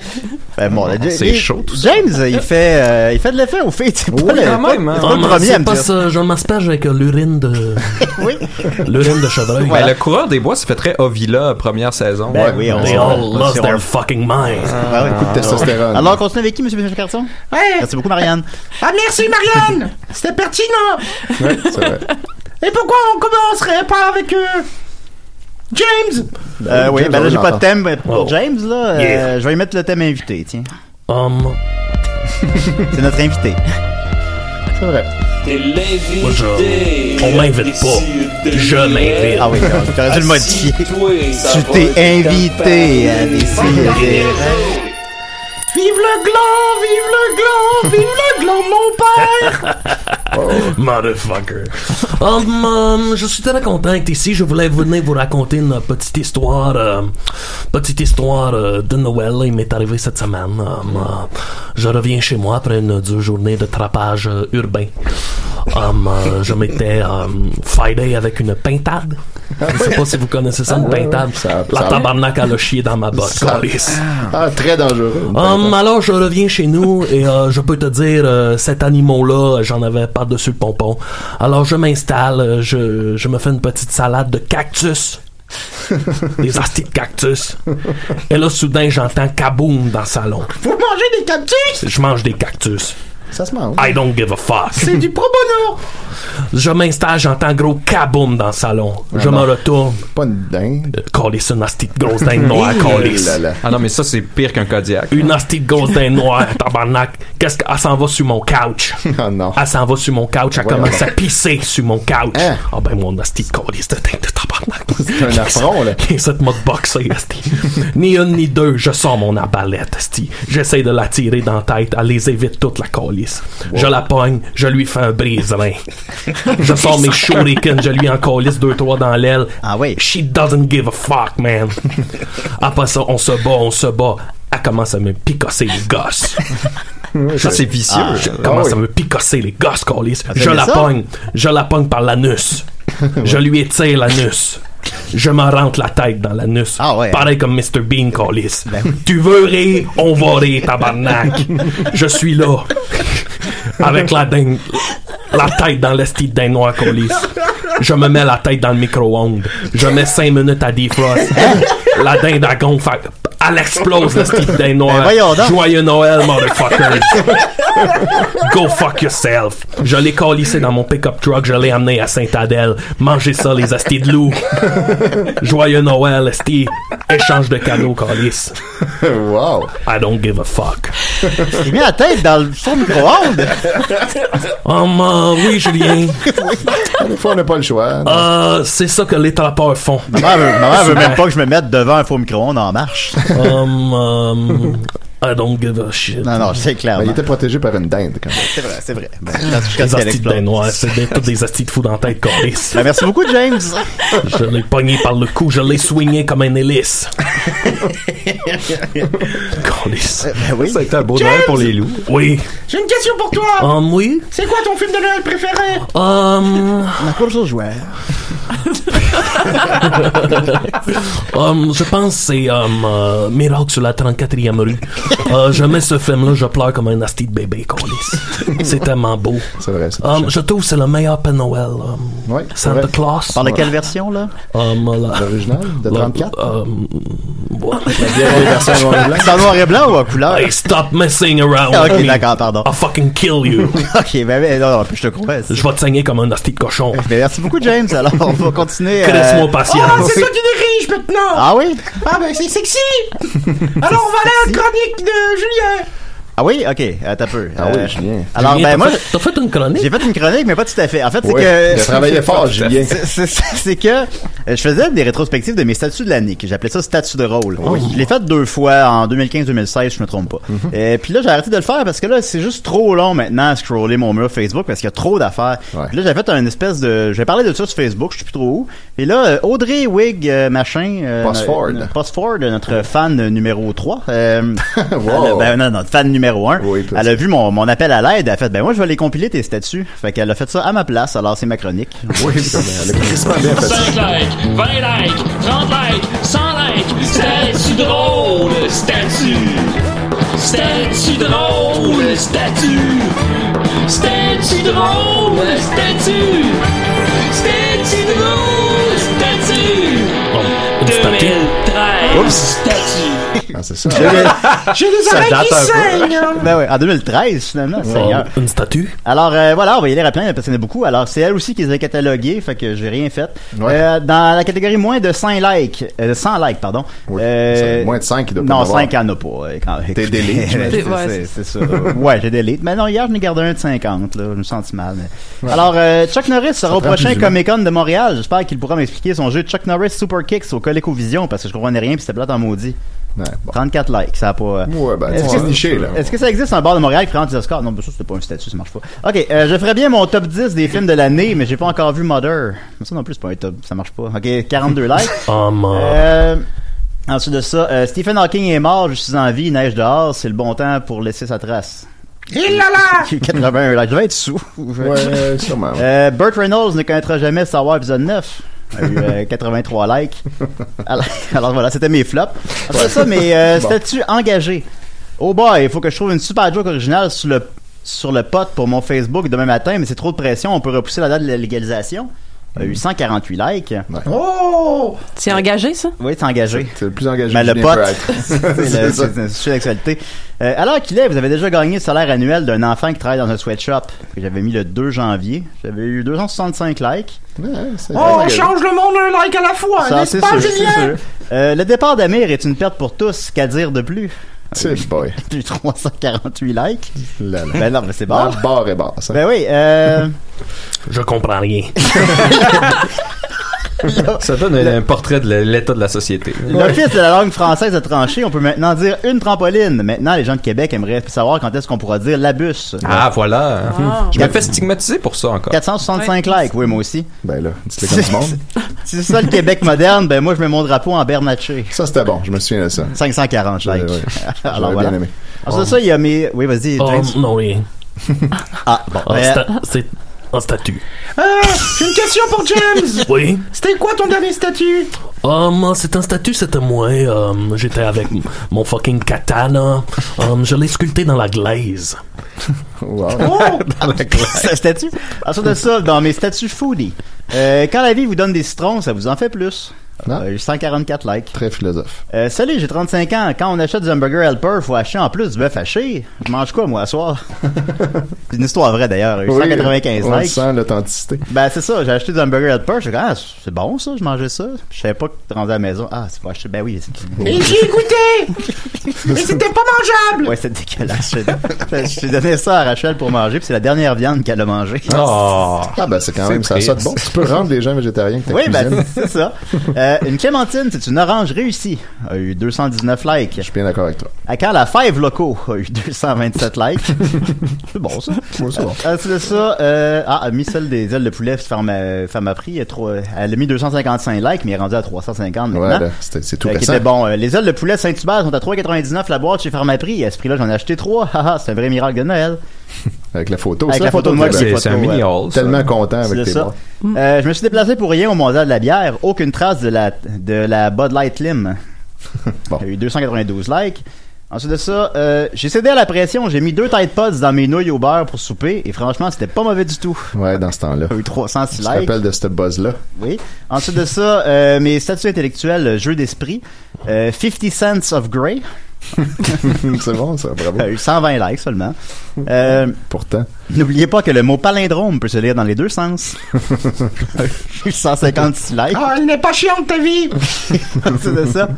[SPEAKER 7] Ben, bon,
[SPEAKER 1] Ah,
[SPEAKER 7] là,
[SPEAKER 2] c'est
[SPEAKER 7] les-
[SPEAKER 2] chaud, tout
[SPEAKER 7] James, il fait, euh, il fait de l'effet au fait. C'est pas le, c'est
[SPEAKER 2] hein.
[SPEAKER 7] pas le premier à me
[SPEAKER 2] pas
[SPEAKER 7] dire.
[SPEAKER 2] ça, je m'asperge avec euh, l'urine de.
[SPEAKER 7] oui.
[SPEAKER 2] L'urine de chevreuil.
[SPEAKER 8] Ben, Le coureur des bois, ça fait très Ovila, première saison.
[SPEAKER 2] Ben oui, on- They all lost their fucking minds.
[SPEAKER 7] Ah ouais,
[SPEAKER 8] Beaucoup de testostérone.
[SPEAKER 7] Alors, on continue avec qui, monsieur Michel Carton?
[SPEAKER 6] Ouais.
[SPEAKER 7] Merci beaucoup, Marianne.
[SPEAKER 6] Ah, merci, Marianne! C'était pertinent!
[SPEAKER 1] Ouais, c'est vrai.
[SPEAKER 6] Et pourquoi on commencerait pas avec euh, James?
[SPEAKER 7] Euh, oui,
[SPEAKER 2] James,
[SPEAKER 7] ben
[SPEAKER 2] on
[SPEAKER 7] là, j'ai pas de
[SPEAKER 2] l'entend.
[SPEAKER 7] thème mais pour
[SPEAKER 2] Oh.
[SPEAKER 7] James, là. euh,
[SPEAKER 2] Yeah.
[SPEAKER 7] je vais lui mettre le thème invité, tiens.
[SPEAKER 2] Um.
[SPEAKER 7] C'est notre invité.
[SPEAKER 1] C'est vrai.
[SPEAKER 13] T'es l'invité.
[SPEAKER 2] Moi, je- on m'invite pas. Je m'invite.
[SPEAKER 7] Ah oui, t'aurais- t'aurais dû le modifier. Tu t'es invité à décider.
[SPEAKER 6] Vive le gland, vive le gland, vive le gland, mon père!
[SPEAKER 2] Oh, Motherfucker. Um, um, je suis très content d'être ici. Je voulais venir vous raconter une petite histoire, euh, petite histoire euh, de Noël. Il m'est arrivé cette semaine. Um, euh, je reviens chez moi après une dure journée de trapage euh, urbain. Um, euh, je m'étais um, Friday avec une pintade. Je sais pas si vous connaissez Ah, ça, une pintade. La tabarnak, elle a chié dans ma botte.
[SPEAKER 1] Ça-
[SPEAKER 2] câlisse.
[SPEAKER 1] Ah, très dangereux.
[SPEAKER 6] ben
[SPEAKER 2] Hum, alors, je reviens chez nous et euh, je peux te dire, euh, cet animal-là, j'en avais par-dessus le pompon. Alors, je m'installe, euh, je, je me fais une petite salade de cactus. Des astis de cactus. Et là, soudain, j'entends kaboum dans le salon.
[SPEAKER 6] Vous mangez des cactus?
[SPEAKER 2] Je mange des cactus.
[SPEAKER 1] Ça se mange.
[SPEAKER 2] I don't give a fuck.
[SPEAKER 6] C'est du pro bono!
[SPEAKER 2] Je m'installe, j'entends gros kaboum dans le salon.
[SPEAKER 6] Ah
[SPEAKER 2] je
[SPEAKER 8] non.
[SPEAKER 2] me retourne.
[SPEAKER 1] Pas une Euh, dingue.
[SPEAKER 2] Calisse une astie de grosse dingue noire, calisse.
[SPEAKER 8] Ah non, mais ça, c'est pire qu'un Kodiak.
[SPEAKER 2] Une nasty de grosse dinde noire, tabarnak. Qu'est-ce qu'elle s'en va sur mon couch? Elle s'en va sur mon couch, elle
[SPEAKER 1] Ah, Voyons
[SPEAKER 2] commence à
[SPEAKER 1] donc. Hein?
[SPEAKER 2] pisser sur mon couch. Ah ben mon nasty de calice de dinde de tabarnak.
[SPEAKER 1] C'est un affront, là.
[SPEAKER 2] Qu'est-ce que mode boxé, asti. Ni une ni deux, je sors mon arbalète, asti. J'essaie de la tirer dans la tête, elle les évite toute la calice. Je la pogne, je lui fais un brise-rein. je sors mes shurikens, je lui en calisse deux, trois dans l'aile.
[SPEAKER 7] Ah oui.
[SPEAKER 2] She doesn't give a fuck, man. Après ça, on se bat, on se bat. Elle commence à me picosser les gosses.
[SPEAKER 8] Ça, c'est vicieux.
[SPEAKER 2] Ah, je
[SPEAKER 8] Ah
[SPEAKER 2] commence
[SPEAKER 8] oui.
[SPEAKER 2] à me picosser les gosses, câlisse.
[SPEAKER 8] Ah,
[SPEAKER 2] Je
[SPEAKER 8] t'aimais
[SPEAKER 2] la
[SPEAKER 8] ça?
[SPEAKER 2] pogne. Je la pogne par l'anus. Je lui étire l'anus. Je me rentre la tête dans l'anus. Pareil comme Mr. Bean, câlisse. Tu veux rire? On va rire, tabarnak. je suis là. Avec la dingue. La tête dans l'esti d'un noir, câlisse. Je me mets la tête dans le micro-ondes. Je mets 5 minutes à défroster. la dinde à gonfle. Elle explose, l'esti d'un noir. Joyeux Noël, motherfucker. Go fuck yourself. Je l'ai collissé dans mon pick-up truck, je l'ai amené à Saint-Adèle. Mangez ça, les astis de loup. Joyeux Noël, esti. Échange de cadeaux, calice.
[SPEAKER 1] Wow.
[SPEAKER 2] I don't give a fuck.
[SPEAKER 7] Il met la tête dans le fond du micro-ondes.
[SPEAKER 2] Oh, man, oui, Julien.
[SPEAKER 1] Des fois, on n'a pas le choix.
[SPEAKER 2] Euh, c'est ça que les trappeurs font.
[SPEAKER 7] Maman veut, maman veut même pas que je me mette devant un faux micro-ondes en marche.
[SPEAKER 2] Um, um, I don't give a shit.
[SPEAKER 7] Non, non, Ah, c'est clair.
[SPEAKER 1] Mais Ben, il était protégé par une dinde, quand même.
[SPEAKER 7] C'est vrai, c'est vrai. Ben,
[SPEAKER 2] Les astis de noirs, c'est des- tous des astis de fous dans la tête, calice.
[SPEAKER 7] Ben, merci beaucoup, James.
[SPEAKER 2] Je l'ai pogné par le cou, je l'ai soigné comme un hélice. Calice.
[SPEAKER 8] Ça a été un beau Noël pour les loups.
[SPEAKER 2] Oui.
[SPEAKER 6] Euh, ben J'ai une question pour toi!
[SPEAKER 2] Um, oui.
[SPEAKER 6] C'est quoi ton film de Noël préféré?
[SPEAKER 2] Um,
[SPEAKER 7] La course aux joueurs.
[SPEAKER 2] Hum, je pense que c'est hum, euh, Miracle sur la 34e rue. Euh, je mets ce film-là, je pleure comme un asti de bébé, câlisse. C'est tellement beau.
[SPEAKER 1] C'est vrai, c'est
[SPEAKER 2] Hum, je trouve que c'est le meilleur Père Noël. hum, Santa Claus.
[SPEAKER 7] Par de quelle version, là?
[SPEAKER 2] L'original, de 34?
[SPEAKER 7] vieille version en noir et blanc? C'est en noir et blanc ou en couleur?
[SPEAKER 2] Hey, stop messing around
[SPEAKER 7] Ah, ok,
[SPEAKER 2] with me.
[SPEAKER 7] d'accord, pardon.
[SPEAKER 2] I'll fucking kill you.
[SPEAKER 7] ok, ben, ben, non, non, je te crois.
[SPEAKER 2] Je vais te saigner comme un asti de cochon.
[SPEAKER 7] Eh, Mais merci beaucoup, James. Alors, on va continuer. euh,
[SPEAKER 2] Crisse-moi patience.
[SPEAKER 6] Ah, c'est toi qui dirige maintenant!
[SPEAKER 7] Ah oui?
[SPEAKER 6] Ah, ben c'est sexy! Alors, on va aller à la chronique de Julien!
[SPEAKER 7] Ah oui, ok, attends un peu.
[SPEAKER 1] Ah oui, Julien.
[SPEAKER 7] Alors,
[SPEAKER 2] Julien,
[SPEAKER 7] ben
[SPEAKER 2] t'as
[SPEAKER 7] moi.
[SPEAKER 2] fait- T'as fait une chronique?
[SPEAKER 7] J'ai fait une chronique, mais pas tout à fait. En fait, c'est
[SPEAKER 1] Ouais,
[SPEAKER 7] que.
[SPEAKER 1] il a travaillé fort, Julien.
[SPEAKER 7] C'est- c'est- C'est c'est que euh, je faisais des rétrospectives de mes statuts de l'année, que j'appelais ça statuts de rôle. Je l'ai fait deux fois en 2015-2016, si je me trompe pas. Euh, puis là, j'ai arrêté de le faire parce que là, c'est juste trop long maintenant à scroller mon mur Facebook parce qu'il y a trop d'affaires. Puis là, j'ai fait une espèce de. J'ai parlé de ça sur Facebook, je sais plus trop où. Et là, euh, Audrey Wig euh, machin. euh,
[SPEAKER 1] Posford.
[SPEAKER 7] euh, Posford, notre fan numéro 3. Euh,
[SPEAKER 1] Wow.
[SPEAKER 7] elle a- ben, non, notre fan numéro 1. elle a vu mon, mon appel à l'aide. Elle a fait, ben moi, je vais les compiler tes statuts. Fait qu'elle a fait ça à ma place. Alors, c'est ma chronique. Euh, Oui,
[SPEAKER 1] elle a crissement bien fait ça.
[SPEAKER 13] 5 likes, 20 likes, 30 likes, 100 likes, statut drôle, statut. Statut drôle, statut. Statut drôle, statut. Statut drôle, statut.
[SPEAKER 2] Ah,
[SPEAKER 13] 2013,
[SPEAKER 7] Oups.
[SPEAKER 13] statut.
[SPEAKER 1] Ah, c'est ça.
[SPEAKER 6] J'ai les
[SPEAKER 7] Ça
[SPEAKER 6] oreilles
[SPEAKER 7] date
[SPEAKER 6] qui
[SPEAKER 7] un peu.
[SPEAKER 6] saignent! hein.
[SPEAKER 7] Ben ouais, en 2013, finalement, Seigneur.
[SPEAKER 2] Une statue?
[SPEAKER 7] Alors, euh, voilà, on va y aller rapidement, parce qu'il y en a beaucoup. Alors, c'est elle aussi qui les a catalogués, fait que j'ai rien fait. Euh, dans la catégorie moins de 100 likes, euh, de 100 likes, pardon. Euh,
[SPEAKER 1] Moins de 5, il doit pas en
[SPEAKER 7] non,
[SPEAKER 1] avoir.
[SPEAKER 7] 5 il n'y en a pas. euh, quand-
[SPEAKER 1] T'es délite, j'imagine.
[SPEAKER 7] C'est-
[SPEAKER 1] Ouais,
[SPEAKER 7] c'est-
[SPEAKER 1] c'est-
[SPEAKER 7] C'est ça. Ouais, j'ai délite. Mais non, hier, je n'ai gardé un de 50, là. Je me sentis mal. mais-
[SPEAKER 1] Ouais.
[SPEAKER 7] Alors, euh, Chuck Norris sera au
[SPEAKER 1] prend
[SPEAKER 7] prochain
[SPEAKER 1] plus humain.
[SPEAKER 7] Comic Con de Montréal. J'espère qu'il pourra m'expliquer son jeu Chuck Norris Super Kicks au ColecoVision, parce que je comprenais rien, puis c'était plate en maudit. 34 likes, ça a pas. euh,
[SPEAKER 1] Ouais, ben,
[SPEAKER 7] Est-ce
[SPEAKER 1] c'est
[SPEAKER 7] que-
[SPEAKER 1] niché, là.
[SPEAKER 7] Est-ce que ça existe un bar de Montréal qui prend des Oscars? Non, ben ça, c'est pas un statut, ça marche pas. Ok, euh, je ferais bien mon top 10 des films de l'année, mais j'ai pas encore vu Mother. Mais ça non plus, c'est pas un top, ça marche pas. Ok, 42 likes.
[SPEAKER 2] Hum,
[SPEAKER 7] Euh,
[SPEAKER 2] euh,
[SPEAKER 7] ensuite de ça, euh, Stephen Hawking est mort, je suis en vie, il neige dehors, c'est le bon temps pour laisser sa trace.
[SPEAKER 6] Il l'a là!
[SPEAKER 7] 81 likes, je vais être sous.
[SPEAKER 1] Ouais, sûrement.
[SPEAKER 7] Euh, Burt Reynolds ne connaîtra jamais Star Wars épisode 9. Il a eu, euh, 83 likes. Alors, alors voilà, c'était mes flops. Après
[SPEAKER 1] Ouais.
[SPEAKER 7] ça, mes euh,
[SPEAKER 1] Bon.
[SPEAKER 7] statuts engagés. Oh boy, il faut que je trouve une super joke originale sur le, sur le pot pour mon Facebook demain matin, mais c'est trop de pression, on peut repousser la date de la légalisation. Il a eu 148 likes.
[SPEAKER 6] Oh!
[SPEAKER 9] C'est engagé, ça?
[SPEAKER 7] Oui, c'est engagé.
[SPEAKER 1] C'est le plus engagé
[SPEAKER 7] Mais
[SPEAKER 1] que
[SPEAKER 7] le
[SPEAKER 1] Julien
[SPEAKER 7] pote,
[SPEAKER 1] peut être.
[SPEAKER 7] c'est le-
[SPEAKER 1] C'est ça.
[SPEAKER 7] c'est un sujet d'actualité. Euh, alors qu'il est, vous avez déjà gagné le salaire annuel d'un enfant qui travaille dans un sweatshop. que J'avais mis le 2 janvier. J'avais eu 265 likes.
[SPEAKER 6] Oh, on change le monde un like à la fois,
[SPEAKER 7] Ça,
[SPEAKER 6] n'est-ce
[SPEAKER 7] c'est
[SPEAKER 6] pas,
[SPEAKER 7] sûr, c'est
[SPEAKER 6] Julien?
[SPEAKER 7] sûr. Euh, le départ d'Amir est une perte pour tous. Qu'à dire de plus?
[SPEAKER 1] C'est boy.
[SPEAKER 7] J'ai eu 348 likes.
[SPEAKER 1] Là, là.
[SPEAKER 7] Ben non, mais c'est
[SPEAKER 1] La
[SPEAKER 7] bon.
[SPEAKER 1] barre est basse. hein.
[SPEAKER 7] Ben oui, euh...
[SPEAKER 2] Je comprends rien.
[SPEAKER 8] Ça donne un, un portrait de l'état de la société.
[SPEAKER 7] L'Office de la langue française a tranché. On peut maintenant dire une trampoline. Maintenant, les gens de Québec aimeraient savoir quand est-ce qu'on pourra dire la bus.
[SPEAKER 8] Ah, voilà.
[SPEAKER 7] Ah.
[SPEAKER 8] Je me fais stigmatiser pour ça encore.
[SPEAKER 7] 465 likes, oui, moi aussi.
[SPEAKER 1] Ben là, dites-le comme du monde.
[SPEAKER 7] Si c'est ça le Québec moderne, ben moi je mets mon drapeau en Bernatché.
[SPEAKER 1] Ça, c'était bon, je me souviens de ça.
[SPEAKER 7] 540 likes.
[SPEAKER 1] J'aurais
[SPEAKER 7] Alors
[SPEAKER 1] bien
[SPEAKER 7] voilà.
[SPEAKER 1] aimé.
[SPEAKER 7] Alors ça, ça, il y a mes... Oui, vas-y,
[SPEAKER 2] Oh,
[SPEAKER 7] James.
[SPEAKER 2] non, rien.
[SPEAKER 7] Ah, bon. Ah,
[SPEAKER 2] Ah,
[SPEAKER 7] ben,
[SPEAKER 2] sta- c'est un statut.
[SPEAKER 6] Euh, j'ai une question pour James!
[SPEAKER 2] Oui.
[SPEAKER 6] C'était quoi ton dernier statut?
[SPEAKER 2] Um, c'est un statut, c'était moi. Um, J'étais avec m- mon fucking katana. Um, je l'ai sculpté dans la glaise.
[SPEAKER 7] dans la statue. Ensuite de Ah, ça, dans mes statuts foodie. Euh, quand la vie vous donne des citrons, ça vous en fait plus. Euh, 144 likes.
[SPEAKER 1] Très philosophe.
[SPEAKER 7] Euh, salut, j'ai 35 ans. Quand on achète du hamburger helper, faut acheter en plus du bœuf haché. Je mange quoi, moi, à soir? c'est une histoire vraie, d'ailleurs. Euh,
[SPEAKER 1] Oui,
[SPEAKER 7] 195
[SPEAKER 1] on
[SPEAKER 7] likes.
[SPEAKER 1] sent l'authenticité.
[SPEAKER 7] Ben, c'est ça. J'ai acheté du hamburger helper. J'ai dit, ah, c'est bon, ça. Je mangeais ça. Je savais pas que tu rendais à la maison. Ah, c'est pas acheté. Ben oui.
[SPEAKER 6] Et j'y ai goûté! Mais c'était pas mangeable!
[SPEAKER 7] Ouais, c'est dégueulasse. J'ai- J'ai donné ça à Rachel pour manger, puis c'est la dernière viande qu'elle a mangée.
[SPEAKER 1] Ah ben c'est quand même, ça
[SPEAKER 7] triste.
[SPEAKER 1] saute bon. Tu peux rendre les gens végétariens que t'as
[SPEAKER 7] Oui, ben, c'est ça. Euh, une clémentine, c'est une orange réussie. A eu 219 likes. Je suis
[SPEAKER 1] bien d'accord avec toi.
[SPEAKER 7] À quand la Five Loco Oh, a eu 227 likes. c'est bon, ça.
[SPEAKER 1] c'est bon.
[SPEAKER 7] Euh, ensuite de ça, euh, ah, a mis celle des ailes de poulet, femme à, femme à prix. Elle, trois- elle a mis 255 likes, mais elle est rendue à 350 maintenant.
[SPEAKER 1] Ouais, là, c'était- c'est tout
[SPEAKER 7] Euh, qui
[SPEAKER 1] récent.
[SPEAKER 7] était bon. Euh, les ailes de poulet Saint-Hubert sont à 3,99 la boîte chez Pharmaprix. À ce prix-là, j'en ai acheté trois. Haha, c'est un vrai miracle de Noël.
[SPEAKER 1] Avec la photo.
[SPEAKER 7] Avec la photo de moi,
[SPEAKER 1] que
[SPEAKER 7] c'est-
[SPEAKER 1] t'avais.
[SPEAKER 7] c'est un mini haul, ça.
[SPEAKER 1] Tellement content avec
[SPEAKER 7] C'est
[SPEAKER 1] tes
[SPEAKER 7] ça.
[SPEAKER 1] bras.
[SPEAKER 7] Euh, je me suis déplacé pour rien au mondial de la bière. Aucune trace de la, de la Bud Light Lim. J'ai eu 292 likes. Ensuite de ça, euh, j'ai cédé à la pression. J'ai mis deux Tide Pods dans mes nouilles au beurre pour souper. Et franchement, c'était pas mauvais du tout.
[SPEAKER 1] Ouais, dans ce temps-là.
[SPEAKER 7] eu 306
[SPEAKER 1] Tu te
[SPEAKER 7] likes.
[SPEAKER 1] rappelles de ce buzz-là?
[SPEAKER 7] Oui. Ensuite de ça, euh, mes statuts intellectuels, euh, jeux d'esprit. Euh, 50 Cents of Grey.
[SPEAKER 1] c'est bon, ça, bravo.
[SPEAKER 7] 120 likes seulement. Euh,
[SPEAKER 1] Pourtant.
[SPEAKER 7] N'oubliez pas que le mot palindrome peut se lire dans les deux sens. Eu 156 likes.
[SPEAKER 6] Oh, elle n'est pas chiante, ta vie!
[SPEAKER 7] C'est de ça.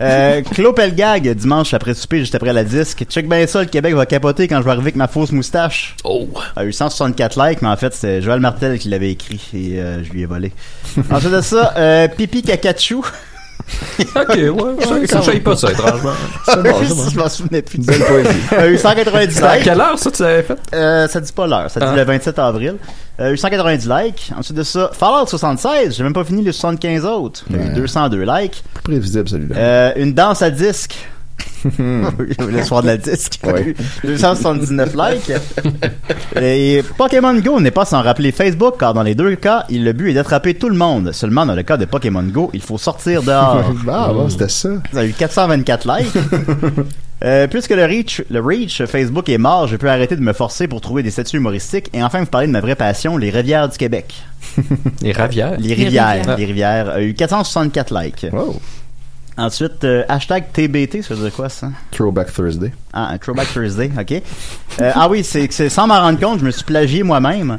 [SPEAKER 7] Euh, Clos Pelgag, dimanche après souper, juste après la disque. Check bien ça, le Québec va capoter quand je vais arriver avec ma fausse moustache. Oh! A eu 164 likes, mais en fait, c'est Joël Martel qui l'avait écrit et euh, je lui ai volé. Ensuite de ça, euh, Pipi Kakachu. ok, ouais,
[SPEAKER 8] ouais, ça jaillit pas, ça, étrangement. C'est bon, c'est bon.
[SPEAKER 7] je m'en souvenais plus.
[SPEAKER 8] Belle poésie.
[SPEAKER 7] A eu 190
[SPEAKER 8] C'est à
[SPEAKER 7] likes.
[SPEAKER 8] quelle
[SPEAKER 7] heure ça tu l'avais fait? Euh, ça dit pas l'heure, ça dit le 27 avril. Euh, eu 190 likes. Ensuite de ça, Fallout 76, j'ai même pas fini les 75 autres. J'ai eu 202 likes.
[SPEAKER 1] Plus prévisible, celui-là.
[SPEAKER 7] Euh, une danse à disque. le soir de la disque.
[SPEAKER 1] Ouais.
[SPEAKER 7] 279 likes. Et Pokémon Go n'est pas sans rappeler Facebook, car dans les deux cas, il- le but est d'attraper tout le monde. Seulement dans le cas de Pokémon Go, il faut sortir dehors.
[SPEAKER 1] Ah, bon, c'était ça.
[SPEAKER 7] Ça a eu 424 likes. Euh, puisque le reach, le reach Facebook est mort, je peux arrêter de me forcer pour trouver des statuts humoristiques et enfin vous parler de ma vraie passion, les rivières du Québec. les rivières? Les rivières.
[SPEAKER 8] rivières.
[SPEAKER 7] Les rivières. A eu 464 likes. Ensuite, euh, hashtag TBT, ça veut dire quoi ça?
[SPEAKER 1] Throwback Thursday.
[SPEAKER 7] Ah, un Throwback Thursday, ok. Euh, ah oui, c'est c'est- sans m'en rendre compte, je me suis plagié moi-même.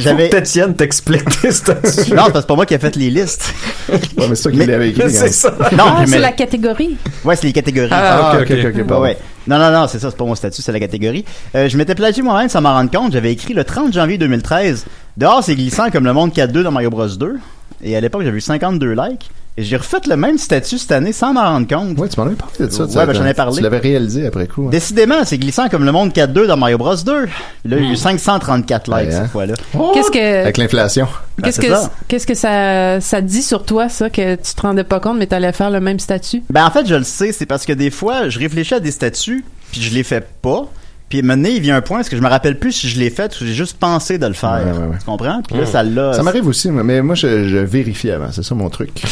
[SPEAKER 7] J'avais. Étienne t'explique tes statuts. Non, parce que c'est pas moi qui ai fait les listes.
[SPEAKER 1] Ouais, mais c'est toi qui l'avais écrit, hein.
[SPEAKER 7] Non,
[SPEAKER 9] ah,
[SPEAKER 7] je
[SPEAKER 9] c'est
[SPEAKER 7] mets-
[SPEAKER 9] la catégorie.
[SPEAKER 7] Ouais, c'est les catégories.
[SPEAKER 9] Ah, Ah, ok, ok, ok, ok, pardon.
[SPEAKER 7] Ouais. Non, non, non, c'est ça, c'est pas mon statut, c'est la catégorie. Euh, je m'étais plagié moi-même sans m'en rendre compte. J'avais écrit le 30 janvier 2013. Dehors, c'est glissant comme le monde 4-2 dans Mario Bros 2. Et à l'époque, j'avais eu 52 likes. Et j'ai refait le même statut cette année sans m'en rendre compte. Ouais,
[SPEAKER 1] tu m'en avais parlé de ça. tu
[SPEAKER 7] Ouais, ben,
[SPEAKER 1] avais-
[SPEAKER 7] j'en ai parlé.
[SPEAKER 1] Tu l'avais réalisé après coup. hein.
[SPEAKER 7] Décidément, c'est glissant comme le monde 4-2 dans Mario Bros 2. Là, il y a eu 534 likes
[SPEAKER 1] Ouais, hein.
[SPEAKER 7] cette fois-là.
[SPEAKER 9] Qu'est-ce que euh,
[SPEAKER 1] Avec l'inflation.
[SPEAKER 7] Ah, Ben,
[SPEAKER 9] Qu'est-ce
[SPEAKER 7] c'est
[SPEAKER 9] que
[SPEAKER 7] ça.
[SPEAKER 9] qu'est-ce que ça ça dit sur toi ça que tu te rendais pas compte mais t'allais faire le même statut
[SPEAKER 7] Ben en fait, je le sais, c'est parce que des fois, je réfléchis à des statuts, puis je les fais pas. Puis maintenant, il vient un point, parce que je me rappelle plus si je l'ai fait ou si j'ai juste pensé de le faire. Tu comprends? Puis
[SPEAKER 9] Hmm.
[SPEAKER 7] là, ça l'a.
[SPEAKER 1] Ça m'arrive aussi, moi, mais moi, je, je vérifie avant. C'est ça mon truc.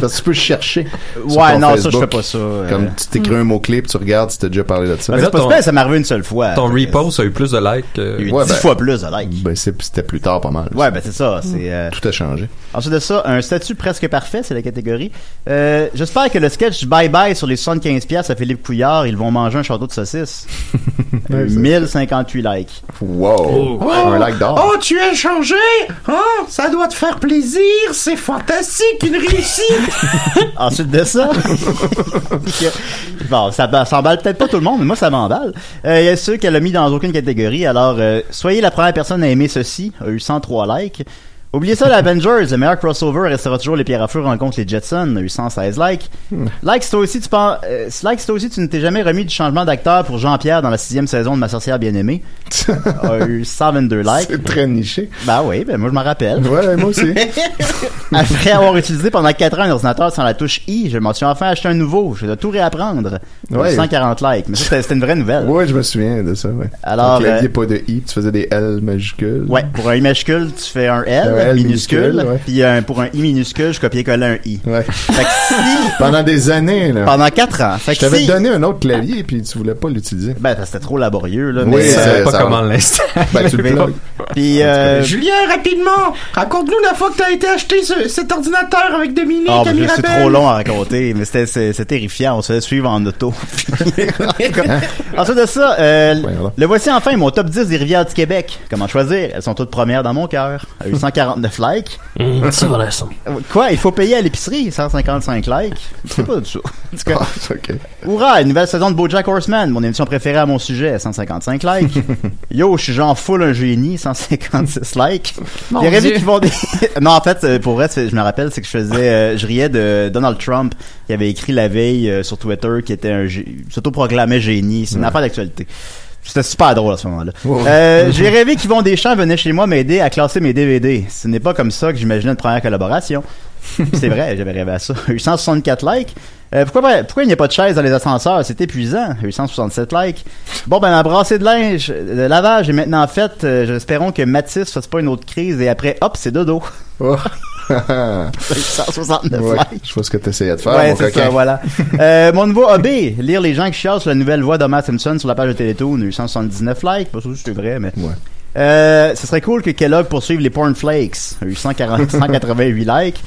[SPEAKER 1] Parce que tu peux chercher. sur
[SPEAKER 7] Ouais,
[SPEAKER 1] ton
[SPEAKER 7] non, ça,
[SPEAKER 1] Facebook.
[SPEAKER 7] je fais pas ça, euh. Ben,
[SPEAKER 1] Comme tu t'écris un mot-clé, puis tu regardes si t'as déjà parlé de ça.
[SPEAKER 8] Mais là, ton-
[SPEAKER 7] ça m'est arrivé une seule fois.
[SPEAKER 8] Ton repost a eu plus de likes. que-
[SPEAKER 7] Il y a eu 10 fois plus de likes.
[SPEAKER 1] Ben, c'est- c'était plus tard, pas mal. Hmm.
[SPEAKER 7] Ouais, ben c'est ça. C'est, euh,
[SPEAKER 1] Tout a changé.
[SPEAKER 7] Ensuite de ça, un statut presque parfait, c'est la catégorie. Euh, J'espère que le sketch Bye Bye sur les 75$ piastres à Philippe Couillard, ils vont manger un château de saucisses. Euh, 1058 likes.
[SPEAKER 1] Wow!
[SPEAKER 6] Oh, tu es changé Hein Ça doit te faire plaisir C'est fantastique, une réussite
[SPEAKER 7] Ensuite de ça, bon, ça, ça s'emballe peut-être pas tout le monde, mais moi ça m'emballe. Euh, Il y a ceux qu'elle a mis dans aucune catégorie. Alors, euh, soyez la première personne à aimer ceci. A eu 103 likes. Oubliez ça, l'Avengers, le meilleur crossover restera toujours les pierres à feu rencontrent les Jetsons, a eu 116 likes. Like, si toi aussi tu penses, euh, like, si toi aussi tu ne t'es jamais remis du changement d'acteur pour Jean-Pierre dans la sixième saison de Ma sorcière bien-aimée, a eu 122 likes.
[SPEAKER 1] C'est très niché.
[SPEAKER 7] Bah oui, ben moi je m'en rappelle.
[SPEAKER 1] Ouais, moi aussi.
[SPEAKER 7] Après avoir utilisé pendant 4 ans un ordinateur sans la touche I, je m'en suis enfin acheté un nouveau. Je dois tout réapprendre.
[SPEAKER 1] Ouais.
[SPEAKER 7] 140 likes. Mais ça, c'était- c'était une vraie nouvelle.
[SPEAKER 1] Ouais, je me souviens de ça. Ouais.
[SPEAKER 7] Alors,
[SPEAKER 1] Ton clavier,
[SPEAKER 7] euh,
[SPEAKER 1] pas de I, puis tu faisais des L majuscules.
[SPEAKER 7] Ouais, Ben pour un I majuscule, tu fais un L,
[SPEAKER 1] Un L
[SPEAKER 7] Ah minuscule.
[SPEAKER 1] minuscule, ouais.
[SPEAKER 7] Puis un- pour un I minuscule, je copiais-collais un I.
[SPEAKER 1] Ouais.
[SPEAKER 7] Fait que si-
[SPEAKER 1] Pendant des années, là.
[SPEAKER 7] Pendant 4 ans. Fait
[SPEAKER 1] Je
[SPEAKER 7] que
[SPEAKER 1] t'avais
[SPEAKER 7] si-
[SPEAKER 1] donné un autre clavier, puis tu voulais pas l'utiliser.
[SPEAKER 7] Ben, parce que c'était trop laborieux, là.
[SPEAKER 1] Oui,
[SPEAKER 7] mais-
[SPEAKER 1] ça, Euh, pas ça- comment l'installer. Ben, tu le
[SPEAKER 7] Mais-
[SPEAKER 1] plugues.
[SPEAKER 7] Puis,
[SPEAKER 1] ben,
[SPEAKER 7] euh,
[SPEAKER 6] Julien, rapidement Raconte-nous la fois que t'as été acheter ce- cet ordinateur avec Dominique
[SPEAKER 7] Ah,
[SPEAKER 6] à
[SPEAKER 7] ben, je suis
[SPEAKER 6] Mirabel.
[SPEAKER 7] trop long à raconter, mais c'était c'est- c'est terrifiant. On se fait suivre en auto. Ensuite de ça, euh, le voici enfin mon top 10 des rivières du Québec. Comment choisir Elles sont toutes premières dans mon cœur. A eu 149 likes.
[SPEAKER 2] Mm, c'est vrai, ça.
[SPEAKER 7] Quoi Il faut payer à l'épicerie 155 likes. C'est pas du tout. En tout cas,
[SPEAKER 1] Ah,
[SPEAKER 7] Hourra, une nouvelle saison de BoJack Horseman, mon émission préférée à mon sujet, 155 likes. Yo, je suis genre full un génie, 156 likes.
[SPEAKER 2] Mon
[SPEAKER 7] Les
[SPEAKER 2] Dieu.
[SPEAKER 7] rêves qui vont des... non, en fait, euh, pour vrai, c'est- je me rappelle, c'est que je faisais, euh, je riais de Donald Trump, qui avait écrit la veille euh, sur Twitter, qui était un, gé- s'autoproclamait génie. C'est une
[SPEAKER 2] Ouais.
[SPEAKER 7] affaire d'actualité. C'était super drôle à ce moment-là. Euh, J'ai rêvé qu'Yvon Deschamps venait chez moi m'aider à classer mes DVD. Ce n'est pas comme ça que j'imaginais une première collaboration. C'est vrai, j'avais rêvé à ça. Eu 164 likes. Euh, pourquoi, pas- pourquoi il n'y a pas de chaise dans les ascenseurs? C'est épuisant. 867 likes. Bon, ben, la brassée de linge, de lavage est maintenant faite. Euh, J'espérons que Mathis fasse pas une autre crise et après, hop, c'est dodo. 869
[SPEAKER 1] Oh. Ouais,
[SPEAKER 7] likes.
[SPEAKER 1] Je vois ce que tu essayais de faire.
[SPEAKER 7] ouais,
[SPEAKER 1] mon
[SPEAKER 7] c'est
[SPEAKER 1] coquin.
[SPEAKER 7] ça, voilà. Euh, mon nouveau hobby, lire les gens qui chialent sur la nouvelle voix d'Homer Simpson sur la page de Télétoon, 879 likes, pas sûr si c'est vrai, mais... Euh, ce serait cool que Kellogg poursuive les Porn Flakes, 840 188 likes.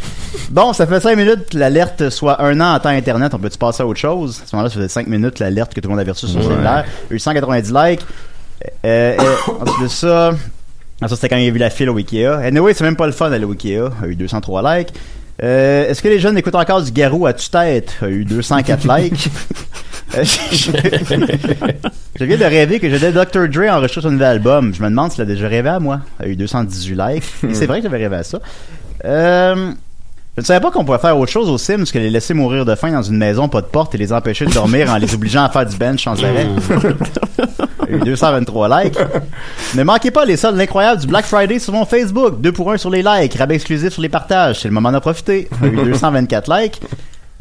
[SPEAKER 7] Bon, ça fait 5 minutes que l'alerte soit un an en temps Internet, on peut-tu passer à autre chose? À ce moment-là, ça faisait 5 minutes l'alerte que tout le monde avait reçue sur le
[SPEAKER 14] Ouais.
[SPEAKER 7] cellulaire, 890 likes. Euh, euh, ensuite de ça... Ah, ça, c'était quand il y a vu la file au Ikea. Anyway, c'est même pas le fun d'aller au Ikea. A eu 203 likes. Euh, Est-ce que les jeunes écoutent encore du garou à tue-tête? A eu 204 likes. Euh, je je viens de rêver que j'étais Dr. Dre en recherche un nouvel album. Je me demande s'il a déjà rêvé à moi. A eu 218 likes. Et c'est vrai que j'avais rêvé à ça. Euh, je ne savais pas qu'on pouvait faire autre chose aux Sims que les laisser mourir de faim dans une maison pas de porte et les empêcher de dormir en les obligeant à faire du bench sans arrêt. Il y a eu 223 likes. ne manquez pas les soldes incroyables du Black Friday sur mon Facebook. 2 pour 1 sur les likes. Rabais exclusif sur les partages. C'est le moment d'en profiter. Il y a eu 224 likes.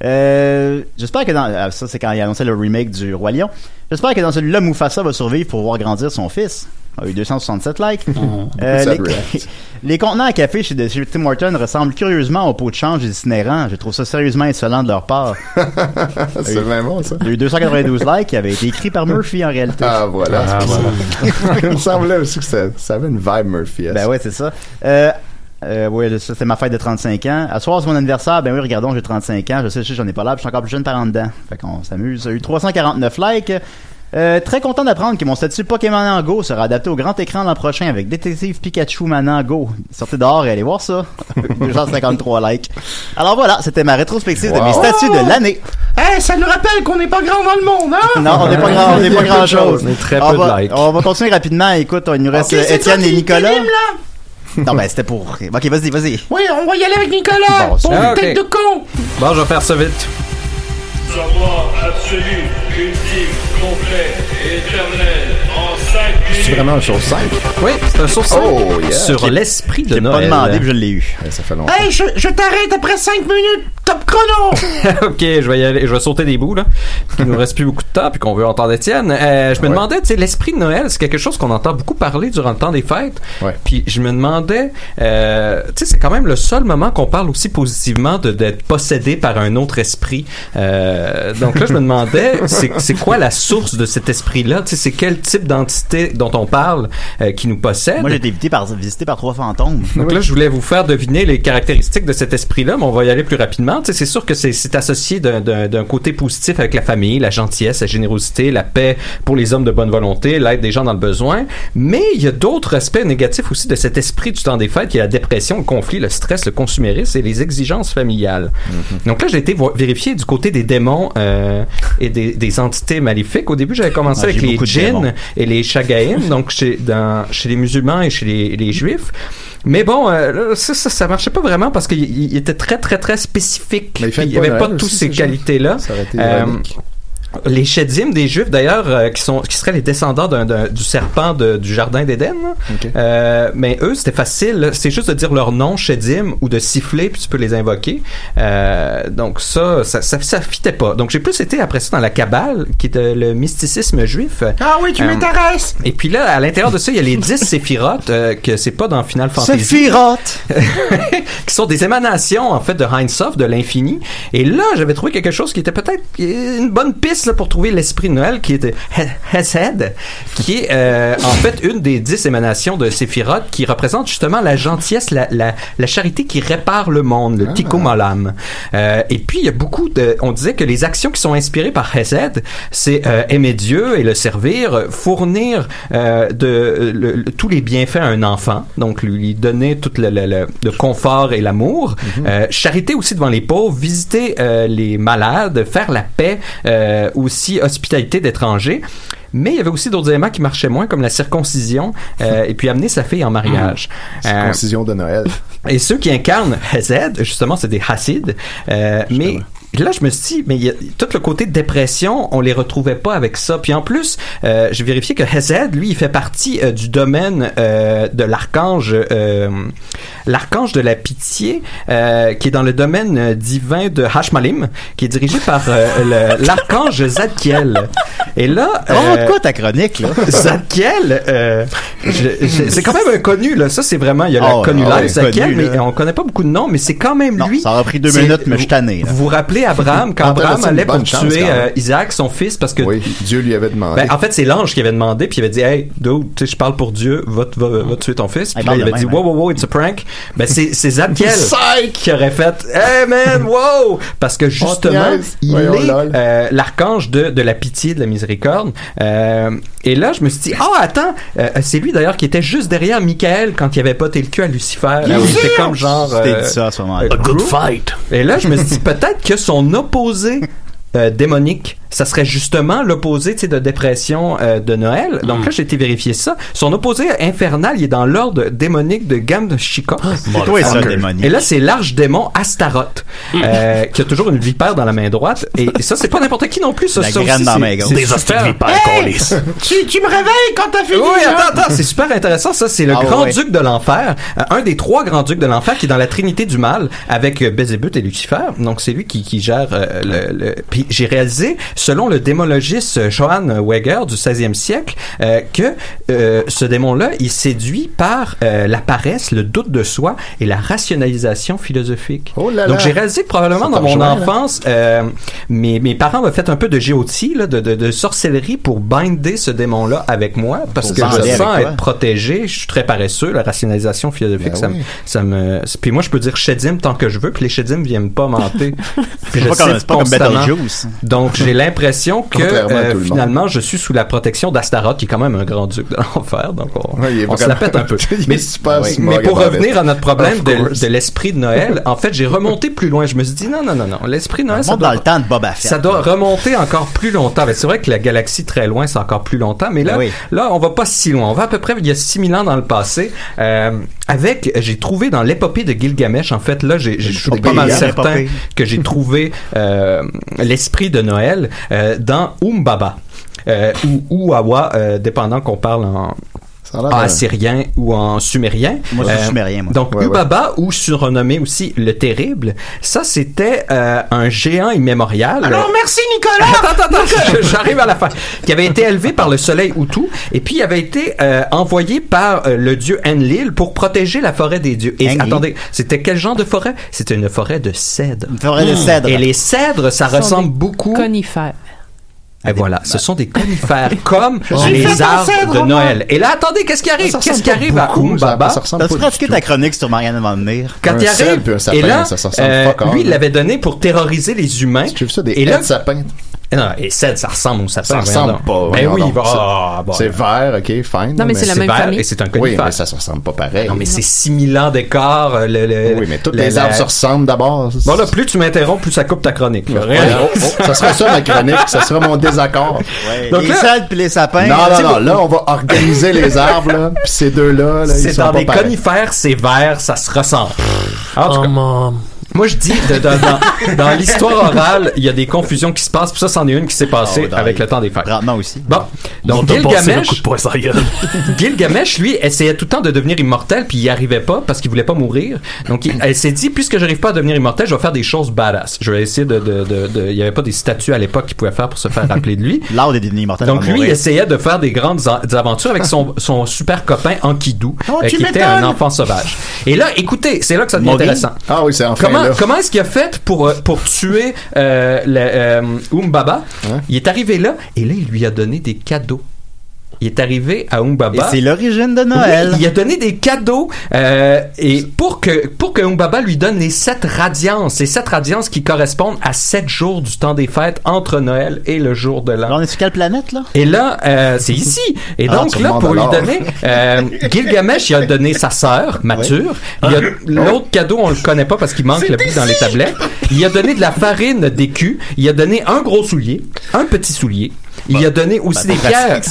[SPEAKER 7] Euh, J'espère que dans. ah, Ça, c'est quand il annonçait le remake du Roi Lion. J'espère que dans celui-là, Mufasa va survivre pour voir grandir son fils. Il y a eu 267 likes. Euh,
[SPEAKER 1] Sad
[SPEAKER 7] les,
[SPEAKER 1] rats.
[SPEAKER 7] les contenants à café chez, de- chez Tim Horton ressemblent curieusement aux pots de change des itinérants. Je trouve ça sérieusement insolent de leur part.
[SPEAKER 1] Ah, C'est vraiment bon, ça.
[SPEAKER 7] Il y a eu 292 likes qui avait été écrit par Murphy en réalité.
[SPEAKER 1] Ah, voilà.
[SPEAKER 7] Ah,
[SPEAKER 1] c'est pour
[SPEAKER 7] voilà.
[SPEAKER 1] ça. Il me semblait aussi que ça, ça avait une vibe Murphy.
[SPEAKER 7] Ben ouais, c'est ça. Euh, euh, ouais, ça, c'est ma fête de 35 ans. À soir, c'est mon anniversaire. Ben oui, regardons, j'ai 35 ans. Je sais, je sais, j'en ai pas là. puis Je suis encore plus jeune par en dedans. Fait qu'on s'amuse. J'ai eu 349 likes. Euh, très content d'apprendre que mon statut Pokémon Go sera adapté au grand écran l'an prochain avec Détective Pikachu Manango. Sortez dehors et allez voir ça. 253 likes. Alors voilà, c'était ma rétrospective de mes
[SPEAKER 6] Wow.
[SPEAKER 7] statuts de l'année.
[SPEAKER 6] Eh, ça nous rappelle qu'on n'est pas grand dans le monde, hein?
[SPEAKER 7] Non, on n'est pas grand, on n'est pas grand chose.
[SPEAKER 8] On est très
[SPEAKER 7] on
[SPEAKER 8] peu de
[SPEAKER 7] va,
[SPEAKER 8] likes.
[SPEAKER 7] On va continuer rapidement. Écoute, il nous reste
[SPEAKER 6] Ok, c'est
[SPEAKER 7] Étienne
[SPEAKER 6] toi
[SPEAKER 7] et
[SPEAKER 6] qui
[SPEAKER 7] Nicolas.
[SPEAKER 6] t'anime, là?
[SPEAKER 7] Non, ben c'était pour. Ok, vas-y, vas-y.
[SPEAKER 6] Oui, on va y aller avec Nicolas.
[SPEAKER 7] Bon,
[SPEAKER 6] Bon,
[SPEAKER 7] c'est- Ah,
[SPEAKER 6] tête
[SPEAKER 7] ok.
[SPEAKER 6] de con.
[SPEAKER 8] Bon, je vais faire ça vite.
[SPEAKER 13] Savoir absolu, ultime, complet, éternel, en 5
[SPEAKER 1] C'est vraiment un chose simple.
[SPEAKER 8] Oui, c'est un source
[SPEAKER 1] Oh, yeah.
[SPEAKER 8] Sur l'esprit de
[SPEAKER 7] J'ai pas
[SPEAKER 8] Noël.
[SPEAKER 7] demandé, puis je l'ai eu.
[SPEAKER 1] ça fait longtemps.
[SPEAKER 6] Hey, je, je t'arrête après 5 minutes. Top chrono.
[SPEAKER 8] ok, je vais y aller, je vais sauter des bouts là. Il nous reste plus beaucoup de temps puis qu'on veut entendre Étienne. Euh, je me demandais, tu sais, l'esprit de Noël, c'est quelque chose qu'on entend beaucoup parler durant le temps des fêtes. Puis je me demandais, euh, tu sais, c'est quand même le seul moment qu'on parle aussi positivement de d'être possédé par un autre esprit. Euh, donc là, je me demandais, c'est c'est quoi la source de cet esprit-là Tu sais, c'est quel type d'entité dont on parle euh, qui nous possède
[SPEAKER 7] Moi, j'ai été visité par, visité par trois fantômes.
[SPEAKER 8] donc là, je voulais vous faire deviner les caractéristiques de cet esprit-là, mais on va y aller plus rapidement. Tu sais, c'est sûr que c'est- c'est associé d'un- d'un d'un côté positif avec la famille, la gentillesse, la générosité, la paix pour les hommes de bonne volonté, l'aide des gens dans le besoin. Mais il y a d'autres aspects négatifs aussi de cet esprit du temps des fêtes, qui est la dépression, le conflit, le stress, le consumérisme et les exigences familiales.
[SPEAKER 7] Mm-hmm.
[SPEAKER 8] Donc là, j'ai été vo- vérifier du côté des démons euh, et des, des entités maléfiques. Au début, j'avais commencé
[SPEAKER 7] Ah,
[SPEAKER 8] avec
[SPEAKER 7] j'ai
[SPEAKER 8] les
[SPEAKER 7] beaucoup de
[SPEAKER 8] djinns
[SPEAKER 7] démons.
[SPEAKER 8] et les Chagaïm, donc chez, dans, chez les musulmans et chez les, les juifs. Mais bon, euh, là, ça, ça, ça marchait pas vraiment parce qu'il il- il était très, très, très spécifique.
[SPEAKER 1] Mais il fait
[SPEAKER 8] Puis Ah, Il n'y
[SPEAKER 1] pas
[SPEAKER 8] avait
[SPEAKER 1] Noël
[SPEAKER 8] pas toutes
[SPEAKER 1] aussi,
[SPEAKER 8] ces
[SPEAKER 1] ce genre.
[SPEAKER 8] qualités-là.
[SPEAKER 1] Ça aurait été
[SPEAKER 8] Euh,
[SPEAKER 1] ironique.
[SPEAKER 8] les Shedim des Juifs, d'ailleurs, euh, qui, sont, qui seraient les descendants d'un- d'un- du serpent de- du Jardin d'Éden. Euh, mais eux, c'était facile. C'est juste de dire leur nom, Shedim, ou de siffler, puis tu peux les invoquer. Euh, donc ça, ça, ça, ça fitait pas. Donc j'ai plus été après ça dans la Kabbale, qui est euh, le mysticisme juif.
[SPEAKER 6] Ah oui, tu
[SPEAKER 8] Euh,
[SPEAKER 6] m'intéresses.
[SPEAKER 8] et puis là, à l'intérieur de ça, il y a les 10 séphirotes, euh, que c'est pas dans Final Fantasy.
[SPEAKER 7] Séphirotes!
[SPEAKER 8] qui sont des émanations, en fait, de Hindsoft, de l'infini. Et là, j'avais trouvé quelque chose qui était peut-être une bonne piste là, pour trouver l'esprit de Noël, qui était He- Hesed, qui est euh, en fait une des 10 émanations de séphirotes, qui représente justement la gentillesse, la, la, la charité qui répare le monde, le Tikkun Olam. Euh, et puis, il y a beaucoup de... On disait que les actions qui sont inspirées par Hesed, c'est euh, aimer Dieu et le servir, euh, fournir euh, de, euh, le- le- tous les bienfaits à un enfant, donc lui, lui donner tout le, le- le- le confort et l'amour, Euh, charité aussi devant les pauvres, visiter euh, les malades, faire la paix, euh, aussi hospitalité d'étrangers. Mais il y avait aussi d'autres éléments qui marchaient moins, comme la circoncision, euh, et puis amener sa fille en mariage. Euh,
[SPEAKER 1] Concision de Noël.
[SPEAKER 8] et ceux qui incarnent Hesed, justement, c'est des Hassides, euh, mais Et là, je me suis dit, mais il y a- tout le côté dépression, on les retrouvait pas avec ça. Puis en plus, euh, j'ai vérifié que Hesed, lui, il fait partie euh, du domaine euh, de l'archange, euh, l'archange de la pitié, euh, qui est dans le domaine euh, divin de Hashmalim, qui est dirigé par euh, le- l'archange Zadkiel. Et là,
[SPEAKER 7] Raconte quoi
[SPEAKER 8] ta chronique là Zadkiel, euh, je- je- c'est quand même inconnu là. Ça, c'est vraiment il y a
[SPEAKER 7] Ah
[SPEAKER 8] la
[SPEAKER 7] ouais,
[SPEAKER 8] connu
[SPEAKER 7] ah ouais,
[SPEAKER 8] Zadkiel,
[SPEAKER 7] connu,
[SPEAKER 8] mais
[SPEAKER 7] là.
[SPEAKER 8] on connaît pas beaucoup de noms, mais c'est quand même lui.
[SPEAKER 7] Ça aurait pris deux
[SPEAKER 8] C'est-
[SPEAKER 7] minutes, mais je suis tanné. là.
[SPEAKER 8] vous vous rappelez Abraham, quand
[SPEAKER 7] Ah,
[SPEAKER 8] Abraham
[SPEAKER 7] c'est une
[SPEAKER 8] allait pour
[SPEAKER 7] bonne chance,
[SPEAKER 8] tuer
[SPEAKER 7] quand même.
[SPEAKER 8] euh, Isaac, son fils, parce que Ben,
[SPEAKER 1] Dieu lui avait demandé.
[SPEAKER 8] en fait, c'est l'ange qui avait demandé, puis il avait dit, hey, dude, tu sais, je parle pour Dieu, va, va, va tuer ton fils. Puis
[SPEAKER 7] Ah,
[SPEAKER 8] là,
[SPEAKER 7] Il parle
[SPEAKER 8] il avait
[SPEAKER 7] de
[SPEAKER 8] dit,
[SPEAKER 7] même,
[SPEAKER 8] wow, wow, wow, it's a prank. Ben, c'est, c'est Zadkiel
[SPEAKER 1] Psych!
[SPEAKER 8] qui aurait fait, hey man, wow! Parce que justement,
[SPEAKER 1] niaise.
[SPEAKER 8] il
[SPEAKER 1] Voyons,
[SPEAKER 8] est euh, l'archange de, de la pitié, de la miséricorde. Euh, et là, je me suis dit, ah, attends, euh, c'est lui d'ailleurs qui était juste derrière Michael quand il avait poté le cul à Lucifer.
[SPEAKER 7] Ah oui.
[SPEAKER 8] C'était comme genre.
[SPEAKER 7] Je t'ai dit ça à ce moment-là.
[SPEAKER 8] euh,
[SPEAKER 7] A good
[SPEAKER 8] group.
[SPEAKER 7] fight.
[SPEAKER 8] Et là, je me suis dit, peut-être que son opposé euh, démonique, ça serait justement l'opposé tu sais, de dépression euh, de Noël. Donc
[SPEAKER 7] Hmm.
[SPEAKER 8] là, j'ai été vérifier ça. Son opposé infernal, il est dans l'ordre démonique de Gamshikok.
[SPEAKER 7] Ah, c'est toi, ça, démonique. Hmm.
[SPEAKER 8] Et là, c'est l'archdémon Astaroth, euh, qui a toujours une vipère dans la main droite. Et, et ça, c'est pas n'importe qui non plus. Ça,
[SPEAKER 7] La
[SPEAKER 8] ça
[SPEAKER 7] graine
[SPEAKER 8] aussi,
[SPEAKER 7] dans la
[SPEAKER 8] c'est-
[SPEAKER 7] main gauche.
[SPEAKER 8] c'est
[SPEAKER 7] Des
[SPEAKER 8] super.
[SPEAKER 7] hosties de vipères
[SPEAKER 8] Hey!
[SPEAKER 7] qu'on lisse.
[SPEAKER 6] Tu, tu me réveilles quand t'as fini.
[SPEAKER 8] Oui,
[SPEAKER 6] hein?
[SPEAKER 8] attends, attends, c'est super intéressant. Ça, c'est le
[SPEAKER 7] Ah,
[SPEAKER 8] grand
[SPEAKER 7] ouais.
[SPEAKER 8] duc de l'enfer, euh, un des trois grands ducs de l'enfer qui est dans la Trinité du mal avec euh, Belzébuth et Lucifer. Donc c'est lui qui, qui gère euh, le, le- Puis j'ai réalisé, selon le démologiste euh, Johann Weger du 16e siècle, euh, que euh, ce démon-là, il est séduit par euh, la paresse, le doute de soi et la rationalisation philosophique.
[SPEAKER 1] Oh là
[SPEAKER 8] Donc
[SPEAKER 1] là.
[SPEAKER 8] j'ai réalisé que probablement
[SPEAKER 1] Ça
[SPEAKER 8] dans
[SPEAKER 1] te
[SPEAKER 8] mon
[SPEAKER 1] rejoint, là.
[SPEAKER 8] enfance pense, euh, mes, mes parents m'ont fait un peu de géotie, là, de, de, de sorcellerie pour binder ce démon-là avec moi, parce
[SPEAKER 7] Pour
[SPEAKER 8] que
[SPEAKER 7] bander
[SPEAKER 8] je
[SPEAKER 7] avec
[SPEAKER 8] sens
[SPEAKER 7] toi.
[SPEAKER 8] être protégé, je suis très paresseux, la rationalisation philosophique,
[SPEAKER 7] Ben
[SPEAKER 8] ça, me-
[SPEAKER 7] oui.
[SPEAKER 8] ça me... Puis moi, je peux dire shedim tant que je veux, puis les shedim viennent pas menter. Puis
[SPEAKER 7] C'est
[SPEAKER 8] je
[SPEAKER 7] pas comme-
[SPEAKER 8] cite
[SPEAKER 7] c'est pas comme
[SPEAKER 8] constamment.
[SPEAKER 7] Beetlejuice.
[SPEAKER 8] Donc, j'ai l'impression que
[SPEAKER 7] Contrairement à
[SPEAKER 8] euh,
[SPEAKER 7] tout le monde.
[SPEAKER 8] finalement, je suis sous la protection d'Astaroth, qui est quand même un grand duc de l'enfer, donc on,
[SPEAKER 1] Ouais, il est
[SPEAKER 8] on se la
[SPEAKER 1] vraiment-
[SPEAKER 8] pète un peu.
[SPEAKER 1] Il est
[SPEAKER 8] mais,
[SPEAKER 1] super
[SPEAKER 8] oui.
[SPEAKER 1] smug
[SPEAKER 8] mais pour
[SPEAKER 1] about
[SPEAKER 8] revenir
[SPEAKER 1] it.
[SPEAKER 8] à notre problème
[SPEAKER 1] Of
[SPEAKER 8] de,
[SPEAKER 1] course.
[SPEAKER 8] de l'esprit de Noël, en fait, j'ai remonté plus loin. Je me suis dit, non, non, non, non, l'esprit de Noël, ça
[SPEAKER 7] Monte
[SPEAKER 8] doit,
[SPEAKER 7] dans le temps de Boba Fett.
[SPEAKER 8] ça doit remonter encore plus longtemps. Mais c'est vrai que la galaxie très loin, c'est encore plus longtemps.
[SPEAKER 7] Ben
[SPEAKER 8] Mais là, là, on va pas si loin. On va à peu près il y a 6000 ans dans le passé. Euh, avec, j'ai trouvé dans l'épopée de Gilgamesh, en fait, là, j'ai- j'ai- je suis
[SPEAKER 7] L'épopée,
[SPEAKER 8] pas mal
[SPEAKER 7] hein,
[SPEAKER 8] certain
[SPEAKER 7] l'épopée.
[SPEAKER 8] que j'ai trouvé euh, l'esprit de Noël euh, dans Umbaba euh, ou Uawa, euh, dépendant qu'on parle en, en
[SPEAKER 1] l'air d'un-
[SPEAKER 8] Ah, assyrien ou en sumérien.
[SPEAKER 7] Euh,
[SPEAKER 8] Euh,
[SPEAKER 7] Moi, c'est sumérien, moi.
[SPEAKER 8] Donc,
[SPEAKER 7] Ouais, ouais.
[SPEAKER 8] Ubaba, ou surnommé aussi le Terrible, ça, c'était euh, un géant immémorial.
[SPEAKER 6] Alors merci Nicolas.
[SPEAKER 8] Attends, attends, attends, je- j'arrive à la fin. Qui avait été élevé par le soleil Hutu et puis il avait été euh, envoyé par euh, le dieu Enlil pour protéger la forêt des dieux. Et attendez, c'était quel genre de forêt C'était une forêt de cèdres. Une
[SPEAKER 7] forêt de cèdres.
[SPEAKER 8] Et les cèdres, ça
[SPEAKER 9] Ce sont
[SPEAKER 8] ressemble
[SPEAKER 9] des
[SPEAKER 8] beaucoup.
[SPEAKER 9] Conifères.
[SPEAKER 8] Et voilà, ce sont des conifères comme
[SPEAKER 7] J'ai fait
[SPEAKER 8] les
[SPEAKER 7] penser
[SPEAKER 8] arbres
[SPEAKER 7] à
[SPEAKER 8] de
[SPEAKER 7] Romain.
[SPEAKER 8] Noël. Et là, attendez, qu'est-ce qui arrive
[SPEAKER 7] Ça ressemble
[SPEAKER 8] Qu'est-ce qui
[SPEAKER 7] pas
[SPEAKER 8] arrive à
[SPEAKER 7] beaucoup,
[SPEAKER 8] Umbaba
[SPEAKER 7] ça- ça T'as-tu pratiqué ta chronique sur Marianne avant de venir?
[SPEAKER 8] quand il arrive, et là, euh, lui, il l'avait donné pour terroriser les humains. et là,
[SPEAKER 1] ailes de sapin.
[SPEAKER 8] Non, et cèdre, ça ressemble au sapin.
[SPEAKER 1] Ça
[SPEAKER 8] voyons
[SPEAKER 1] ressemble
[SPEAKER 8] donc.
[SPEAKER 1] pas.
[SPEAKER 8] Ben
[SPEAKER 1] voyons
[SPEAKER 8] oui,
[SPEAKER 1] donc.
[SPEAKER 8] il va.
[SPEAKER 1] C'est-
[SPEAKER 8] ah, bon,
[SPEAKER 1] C'est vert, ok, fine.
[SPEAKER 8] Non, mais c'est la même famille. et c'est un
[SPEAKER 1] Oui,
[SPEAKER 8] conifère.
[SPEAKER 1] mais ça se ressemble pas pareil.
[SPEAKER 8] Non, mais c'est 6000 ans d'écart. euh, Le, oui, mais
[SPEAKER 1] tous les arbres se ressemblent d'abord.
[SPEAKER 8] Bon, là, plus tu m'interromps, plus ça coupe ta chronique. là.
[SPEAKER 1] Ouais,
[SPEAKER 8] Réellement.
[SPEAKER 1] oh, oh, ça sera ça ma chronique, ça sera mon désaccord.
[SPEAKER 8] Donc Les là-
[SPEAKER 7] cèdres puis les sapins.
[SPEAKER 1] Non,
[SPEAKER 7] Tu sais,
[SPEAKER 1] non, non,
[SPEAKER 7] vous-
[SPEAKER 1] là on va organiser les arbres, là, puis ces deux-là. là, ils
[SPEAKER 8] C'est
[SPEAKER 1] sont
[SPEAKER 8] dans
[SPEAKER 1] pas
[SPEAKER 8] des
[SPEAKER 1] pareils.
[SPEAKER 8] conifères, c'est vert, ça se ressemble. En
[SPEAKER 2] Oh,
[SPEAKER 8] tout cas, moi je dis, de- de- dans, dans l'histoire orale, il y a des confusions qui se passent, puis ça, c'en est une qui s'est
[SPEAKER 7] Ah,
[SPEAKER 8] passée avec le temps des fêtes.
[SPEAKER 7] aussi.
[SPEAKER 8] Bon, donc
[SPEAKER 2] On t'a passé le
[SPEAKER 8] Gilgamesh,
[SPEAKER 2] coup de poing sur la gueule.
[SPEAKER 8] Gilgamesh, lui, essayait tout le temps de devenir immortel, puis il n'y arrivait pas parce qu'il voulait pas mourir. Donc, il- elle s'est dit, puisque j'arrive pas à devenir immortel, je vais faire des choses badass. Je vais essayer de... de- de- de- il y avait pas des statues à l'époque qu'il pouvait faire pour se faire rappeler de lui.
[SPEAKER 7] L'art est devenu immortel.
[SPEAKER 8] Donc
[SPEAKER 7] avant de
[SPEAKER 8] lui, il
[SPEAKER 7] mourir.
[SPEAKER 8] essayait de faire des grandes a- des aventures avec son, son super copain Enkidu, euh,
[SPEAKER 7] Oh, tu
[SPEAKER 8] qui était
[SPEAKER 7] m'étonnes!
[SPEAKER 8] un enfant sauvage. Et là, écoutez, c'est là que ça devient
[SPEAKER 7] Maudit.
[SPEAKER 8] intéressant.
[SPEAKER 1] Ah oui, c'est enfin
[SPEAKER 8] Comment,
[SPEAKER 1] là.
[SPEAKER 8] comment est-ce qu'il a fait pour, euh, pour tuer euh, le, euh, Umbaba?
[SPEAKER 7] Hein?
[SPEAKER 8] Il est arrivé là, et là, il lui a donné des cadeaux. Il est arrivé à Umbaba.
[SPEAKER 7] Et c'est l'origine de Noël.
[SPEAKER 8] Oui, il a donné des cadeaux euh, et pour que pour que Umbaba lui donne les sept radiances, les sept radiances qui correspondent à sept jours du temps des fêtes entre Noël et
[SPEAKER 9] Ah,
[SPEAKER 8] le jour de l'an.
[SPEAKER 7] On est sur quelle planète, là?
[SPEAKER 8] Et là, euh, c'est ici. Et
[SPEAKER 7] Ah,
[SPEAKER 8] donc
[SPEAKER 7] tu
[SPEAKER 8] là,
[SPEAKER 7] demandes
[SPEAKER 8] pour lui
[SPEAKER 7] alors.
[SPEAKER 8] donner, euh, Gilgamesh, il a donné sa sœur, Mature. Il y a- L'autre cadeau, on le connaît pas parce qu'il manque le bout dans les tablettes. Il a donné de la farine d'écu. Il a donné un gros soulier, un petit soulier. Il a donné aussi
[SPEAKER 15] Ben,
[SPEAKER 8] des
[SPEAKER 15] pas
[SPEAKER 8] pierres
[SPEAKER 15] pratique,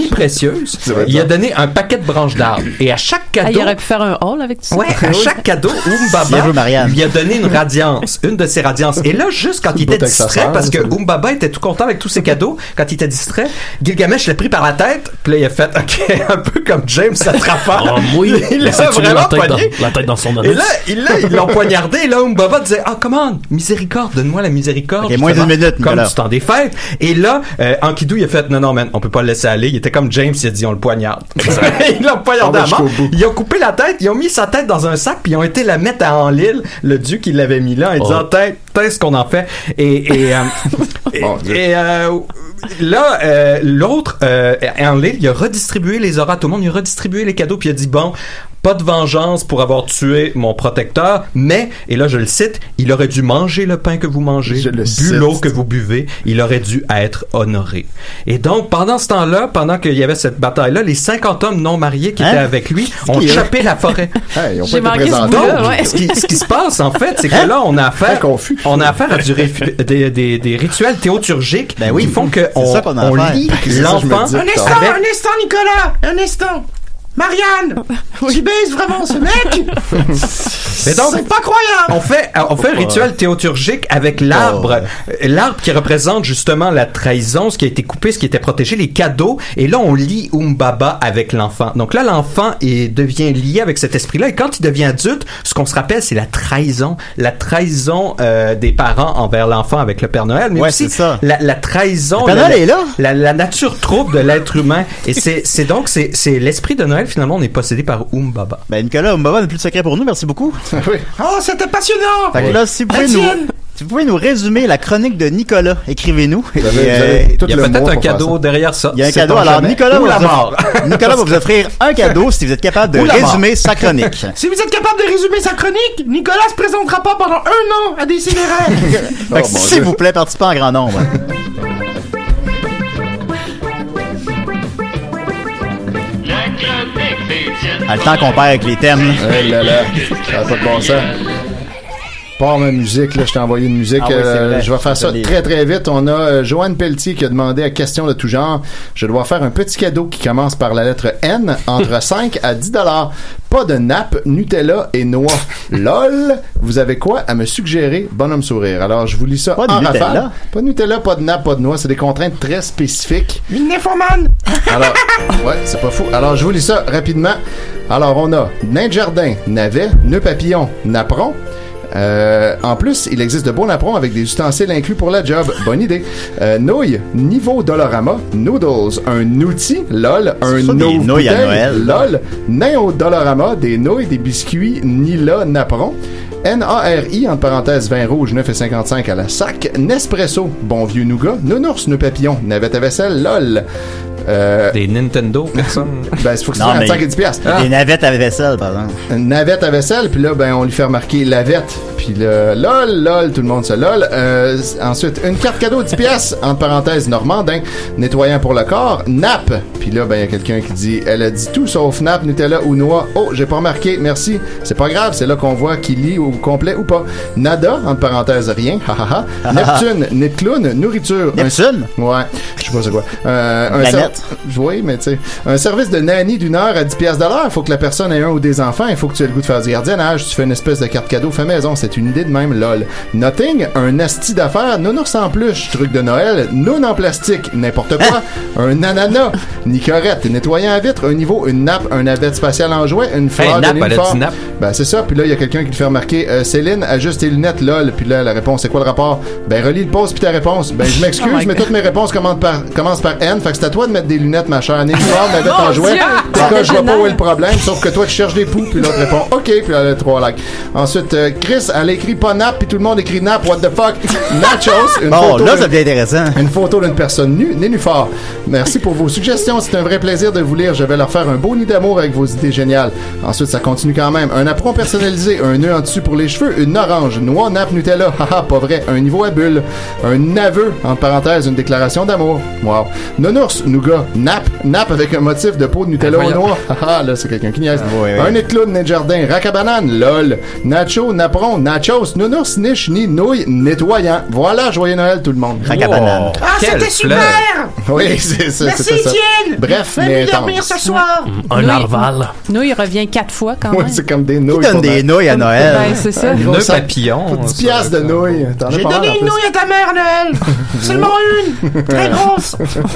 [SPEAKER 8] semi-précieuses.
[SPEAKER 15] vrai,
[SPEAKER 8] Il a
[SPEAKER 15] ça.
[SPEAKER 8] donné un paquet de branches d'arbres. Et à chaque
[SPEAKER 9] Ah, il
[SPEAKER 8] cadeau,
[SPEAKER 9] aurait pu faire un haul avec tout ça.
[SPEAKER 8] Ouais, à chaque cadeau,
[SPEAKER 7] Bien joué,
[SPEAKER 8] Oumbaba lui a donné une radiance, une de ses radiances. Et là, juste quand il
[SPEAKER 7] Beau
[SPEAKER 8] était
[SPEAKER 7] texte à
[SPEAKER 8] distrait,
[SPEAKER 7] faire,
[SPEAKER 8] parce que
[SPEAKER 7] ça.
[SPEAKER 8] Oumbaba était tout content avec tous ses cadeaux, quand il était distrait, Gilgamesh l'a pris par la tête, puis là, il a fait, OK, un peu comme James l'attrapant.
[SPEAKER 2] Oh, oui.
[SPEAKER 8] il
[SPEAKER 2] s'est
[SPEAKER 8] l'a
[SPEAKER 2] tué
[SPEAKER 8] vraiment
[SPEAKER 2] la tête, dans,
[SPEAKER 8] poigné.
[SPEAKER 2] la tête dans son
[SPEAKER 8] Et
[SPEAKER 2] anus.
[SPEAKER 8] là, il l'a- ils l'ont poignardé. Et là, Umbaba disait Ah, commande, miséricorde, donne-moi la miséricorde.
[SPEAKER 7] Ok, moins
[SPEAKER 8] justement,
[SPEAKER 7] d'une minute,
[SPEAKER 8] Comme
[SPEAKER 7] mais
[SPEAKER 8] du temps des fêtes. Et là, euh, Enkidu, il a fait Non, non, man, on peut pas le laisser aller. Il était comme James, il a dit On le poignarde. ils l'ont poignardé
[SPEAKER 15] On va
[SPEAKER 8] à mort.
[SPEAKER 15] jusqu'au bout.
[SPEAKER 8] Ils ont coupé la tête, ils ont mis sa tête dans un sac, puis ils ont été la mettre à Enlil, le duc qui l'avait mis
[SPEAKER 2] Oh.
[SPEAKER 8] là, en disant Tête, tête, ce qu'on en fait. Et, et, euh, et- et, euh, là, euh, l'autre, euh, Enlil, il a redistribué les auras à tout le monde, il a redistribué les cadeaux, puis il a dit Bon, pas de vengeance pour avoir tué mon protecteur, mais, et là je le cite, il aurait dû manger le pain que vous mangez, bu
[SPEAKER 15] cite.
[SPEAKER 8] l'eau que vous buvez, il aurait dû être honoré. Et donc, pendant ce temps-là, pendant qu'il y avait cette bataille-là, les 50 hommes non mariés qui
[SPEAKER 15] Hein?
[SPEAKER 8] étaient avec lui ont
[SPEAKER 15] qui, eux?
[SPEAKER 8] chopé la forêt.
[SPEAKER 1] ils
[SPEAKER 15] ont J'ai pas été manqué ce présentés. bout-là,
[SPEAKER 8] Donc,
[SPEAKER 15] ouais.
[SPEAKER 8] ce, qui, ce qui se passe, en fait,
[SPEAKER 7] Hein?
[SPEAKER 8] c'est que là, on a affaire, on a affaire à du réf- des, des- des rituels théoturgiques qui font que on,
[SPEAKER 7] Ben ça qu'on a
[SPEAKER 8] on
[SPEAKER 7] affaire.
[SPEAKER 8] lie
[SPEAKER 7] C'est ça, je me
[SPEAKER 8] l'enfant
[SPEAKER 7] dis,
[SPEAKER 6] Un
[SPEAKER 8] avec-
[SPEAKER 6] instant, un instant, Nicolas! Un instant! Marianne! Tu baises vraiment ce mec?
[SPEAKER 8] Mais donc,
[SPEAKER 6] C'est pas croyable!
[SPEAKER 8] On fait, on fait un rituel théoturgique avec l'arbre. Euh, L'arbre qui représente justement la trahison, ce qui a été coupé, ce qui était protégé, les cadeaux. Et là, on lie Umbaba avec l'enfant. Donc là, l'enfant il devient lié avec cet esprit-là. Et quand il devient adulte, ce qu'on se rappelle, c'est la trahison. La trahison euh, des parents envers l'enfant avec le Père Noël. Mais aussi La, la trahison.
[SPEAKER 7] Le Père
[SPEAKER 8] la-
[SPEAKER 7] Noël
[SPEAKER 8] la-
[SPEAKER 7] est là?
[SPEAKER 8] la, la nature trouble de l'être humain. Et c'est c'est donc, c'est c'est l'esprit de Noël, finalement, on est possédé par Umbaba.
[SPEAKER 7] Ben, Nicolas, Umbaba n'a plus de secret pour nous, merci beaucoup.
[SPEAKER 6] Oh, c'était passionnant!
[SPEAKER 7] Fait que là, si vous pouvez
[SPEAKER 6] Étienne,
[SPEAKER 7] nous. Si vous pouvez nous résumer la chronique de Nicolas, écrivez-nous.
[SPEAKER 8] avez-
[SPEAKER 7] Et,
[SPEAKER 8] vous avez tout
[SPEAKER 7] il y a
[SPEAKER 8] le
[SPEAKER 7] peut-être
[SPEAKER 8] mois
[SPEAKER 7] un
[SPEAKER 8] pour
[SPEAKER 7] cadeau
[SPEAKER 8] faire ça.
[SPEAKER 7] derrière ça. Il y a un
[SPEAKER 8] Sait-on
[SPEAKER 7] cadeau. Alors,
[SPEAKER 8] jamais.
[SPEAKER 7] Nicolas
[SPEAKER 8] Ou
[SPEAKER 7] va
[SPEAKER 8] la
[SPEAKER 7] vous offrir-
[SPEAKER 8] mort.
[SPEAKER 7] Nicolas va vous offrir un cadeau si vous êtes capable de
[SPEAKER 6] Ou la mort.
[SPEAKER 7] résumer sa chronique.
[SPEAKER 6] Si vous êtes capable de résumer sa chronique, Nicolas se présentera pas pendant un an à des
[SPEAKER 8] Oh,
[SPEAKER 7] Fait que, S'il vous plaît, participez en grand nombre.
[SPEAKER 13] Ah,
[SPEAKER 7] À le temps qu'on perd avec les thèmes.
[SPEAKER 1] Hey là là, ça a pas de bon sens. Pas ma musique, là, je t'ai envoyé une musique.
[SPEAKER 7] Ah oui, c'est
[SPEAKER 1] euh,
[SPEAKER 7] vrai.
[SPEAKER 1] je vais faire ça
[SPEAKER 7] Désolé.
[SPEAKER 1] très très vite. On a euh, Joanne Pelletier qui a demandé à question de tout genre. Je dois faire un petit cadeau qui commence par la lettre N entre 5 à 10 dollars. Pas de nappe, Nutella et noix. LOL, vous avez quoi à me suggérer? Bonhomme sourire. Alors, je vous lis ça
[SPEAKER 7] Pas de
[SPEAKER 1] en
[SPEAKER 7] Nutella.
[SPEAKER 1] rafale. Pas de Nutella, pas de nappe, pas de noix. C'est des contraintes très spécifiques.
[SPEAKER 6] Une nymphomane!
[SPEAKER 1] Alors, ouais, c'est pas fou. Alors, je vous lis ça rapidement. Alors, on a nain de jardin, navet, nœud papillon, napperon. Euh, en plus, il existe de beaux napperons avec des ustensiles inclus pour la job. Bonne idée. Euh, nouilles, niveau dolorama, noodles, un outil, lol, un
[SPEAKER 7] ça, des
[SPEAKER 1] nouveau
[SPEAKER 7] nouilles à
[SPEAKER 1] bouteille,
[SPEAKER 7] Noël, là.
[SPEAKER 1] lol, nain au dolorama, des nouilles, des biscuits, nila, napperon. N-A-R-I, entre parenthèses, vin rouge, 9,55 à la sac. Nespresso, bon vieux nougat, nounours, nœud papillon, navette à vaisselle, lol. Euh,
[SPEAKER 8] Des Nintendo, personne.
[SPEAKER 1] ben, il faut que ça
[SPEAKER 7] Non,
[SPEAKER 1] soit à
[SPEAKER 7] mais
[SPEAKER 1] 5 et 10 piastres. Ah.
[SPEAKER 7] Des navettes à vaisselle, par exemple.
[SPEAKER 1] Une navette à vaisselle, puis là, ben, on lui fait remarquer lavette. Puis là, lol, lol, tout le monde se lol. Euh, s- ensuite, une carte cadeau 10 piastres, entre parenthèses, normandin, nettoyant pour le corps, nappe. Puis là, ben, il y a quelqu'un qui dit, elle a dit tout sauf nappe, Nutella ou noix. Oh, j'ai pas remarqué, merci. C'est pas grave, c'est là qu'on voit qui lit au complet ou pas. Nada, entre parenthèses, rien, ha ha ha. Neptune, nid de clown, nourriture.
[SPEAKER 7] Neptune?
[SPEAKER 1] Ouais, je sais pas c'est quoi. Euh, un
[SPEAKER 7] Planète.
[SPEAKER 1] ser- oui, mais tu sais, un service de nanny d'une heure à 10 pièces d'heure, il faut que la personne ait un ou des enfants, il faut que tu aies le goût de faire du gardiennage, tu fais une espèce de carte cadeau fait maison, c'est une idée de même, lol. Nothing, un asti d'affaires, nounours en peluche, truc de Noël, non en plastique, n'importe
[SPEAKER 8] Hein?
[SPEAKER 1] quoi, un ananas, nicorette, nettoyant à vitre, un niveau, une nappe, un navette spatiale en jouet, une fleur
[SPEAKER 8] nappe,
[SPEAKER 1] de
[SPEAKER 8] elle a dit
[SPEAKER 1] l'uniforme.
[SPEAKER 8] nappe.
[SPEAKER 1] Ben c'est ça, puis là il y a quelqu'un qui lui fait remarquer euh, Céline ajuste tes lunettes lol, puis là la réponse c'est quoi le rapport Ben relis le post puis ta réponse. Ben je m'excuse
[SPEAKER 15] Oh my
[SPEAKER 1] mais
[SPEAKER 15] God.
[SPEAKER 1] toutes mes réponses commencent par commencent par N, fait que c'est à toi de mettre des lunettes ma chère. Uniforme, la bête en
[SPEAKER 15] Mon
[SPEAKER 1] jouet.
[SPEAKER 15] Dieu!
[SPEAKER 1] T'es quoi, je vois pas où est le problème, sauf que toi tu cherches des poux puis l'autre répond OK, puis là le trois likes. Ensuite euh, Chris elle écrit pas nap puis tout le monde écrit nap what the fuck. Nachos, une
[SPEAKER 7] Bon,
[SPEAKER 1] photo
[SPEAKER 7] là,
[SPEAKER 1] d'une-
[SPEAKER 7] ça devient intéressant.
[SPEAKER 1] une photo d'une personne nue, Nénuphar. Merci pour vos suggestions. C'est un vrai plaisir de vous lire. Je vais leur faire un beau nid d'amour avec vos idées géniales. Ensuite, ça continue quand même. Un apron personnalisé, un nœud en dessus pour les cheveux, une orange, noix, nappe, Nutella. Haha, pas vrai. Un niveau à bulle. Un aveu, en parenthèse, une déclaration d'amour. Wow. Nounours, nougat, gars. Nap, nap avec un motif de peau de Nutella au noir. Haha, Ah, là, c'est quelqu'un qui niaise. Un nez de clown, nez de jardin, rack à banane, lol. Nacho, napron, nachos, nounours, niche, ni nouille, nettoyant. Voilà, joyeux Noël tout le monde.
[SPEAKER 7] Rack à Wow. banane.
[SPEAKER 6] Ah, c'était super!
[SPEAKER 1] Oui, c'est ça.
[SPEAKER 9] Merci,
[SPEAKER 1] c'était ça.
[SPEAKER 9] Étienne!
[SPEAKER 1] Bref,
[SPEAKER 9] Venez
[SPEAKER 1] mais
[SPEAKER 9] dormir
[SPEAKER 1] intense.
[SPEAKER 9] ce soir. Mm, un Oui. narval. Nous, il revient quatre fois quand
[SPEAKER 1] Ouais,
[SPEAKER 9] même.
[SPEAKER 1] c'est comme des nouilles.
[SPEAKER 7] donne
[SPEAKER 1] pas mal.
[SPEAKER 7] des nouilles à Noël?
[SPEAKER 9] Ben, c'est ça.
[SPEAKER 1] Gros
[SPEAKER 7] Nœud
[SPEAKER 1] sac-
[SPEAKER 7] papillon,
[SPEAKER 1] faut 10
[SPEAKER 7] ça,
[SPEAKER 1] piastres de nouilles. T'en as
[SPEAKER 6] J'ai
[SPEAKER 1] pas mal, en
[SPEAKER 6] donné une
[SPEAKER 1] plus.
[SPEAKER 6] nouille à ta mère, Noël! Seulement une! Très grosse!
[SPEAKER 1] Ouais,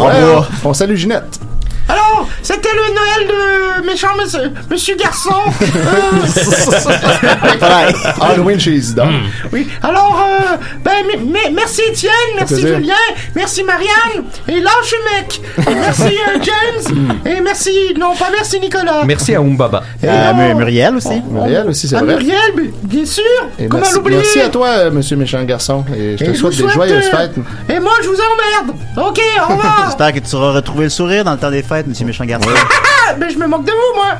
[SPEAKER 7] bois.
[SPEAKER 1] On salue Ginette.
[SPEAKER 6] Alors, c'était le Noël de méchant monsieur, monsieur garçon. Euh,
[SPEAKER 1] Pareil. Halloween chez Isidore.
[SPEAKER 7] Hmm.
[SPEAKER 6] oui. Alors, euh, ben, me- me- merci Étienne, merci
[SPEAKER 1] plaisir.
[SPEAKER 6] Julien, merci Marianne, et lâche mec, et merci euh, James, et merci, non pas merci Nicolas.
[SPEAKER 8] Hmm. Merci à Umbaba.
[SPEAKER 6] Et Euh, non. Mu-
[SPEAKER 7] Muriel aussi.
[SPEAKER 1] Ah, Muriel aussi, c'est
[SPEAKER 6] à
[SPEAKER 1] vrai.
[SPEAKER 6] Muriel, mais bien sûr.
[SPEAKER 1] Et
[SPEAKER 6] Comment
[SPEAKER 1] merci,
[SPEAKER 6] l'oublier
[SPEAKER 1] merci à toi, euh, monsieur méchant garçon. Et je te
[SPEAKER 6] Et je
[SPEAKER 1] souhaite
[SPEAKER 6] vous
[SPEAKER 1] des
[SPEAKER 6] souhaite,
[SPEAKER 1] joyeuses
[SPEAKER 6] euh,
[SPEAKER 1] fêtes.
[SPEAKER 6] Et moi, je vous emmerde. Ok, au revoir.
[SPEAKER 7] J'espère que tu auras retrouvé le sourire dans le temps des fêtes, monsieur méchant garçon.
[SPEAKER 6] Ah, ben je me moque de vous, moi.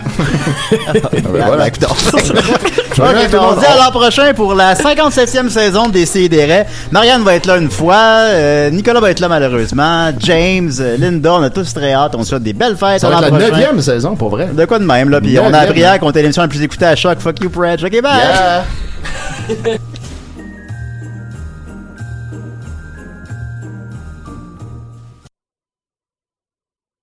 [SPEAKER 1] Ah,
[SPEAKER 7] voilà. Ok,
[SPEAKER 1] remercie ben tout
[SPEAKER 7] ben,
[SPEAKER 1] le
[SPEAKER 7] on
[SPEAKER 1] monde.
[SPEAKER 7] se dit à l'an prochain pour la 57e saison des CIDR. Marianne va être là une fois, euh, Nicolas va être là malheureusement, James, euh, Linda, on a tous très hâte, on se souhaite des belles fêtes.
[SPEAKER 1] Ça
[SPEAKER 7] à
[SPEAKER 1] va
[SPEAKER 7] l'an
[SPEAKER 1] être la
[SPEAKER 7] prochain.
[SPEAKER 1] neuvième saison, pour vrai.
[SPEAKER 7] De quoi de même, là, puis on a
[SPEAKER 1] Neuvième.
[SPEAKER 7] appris hier qu'on était l'émission la plus écoutée à choc. Fuck you, Preds. Ok, bye!
[SPEAKER 1] Yeah.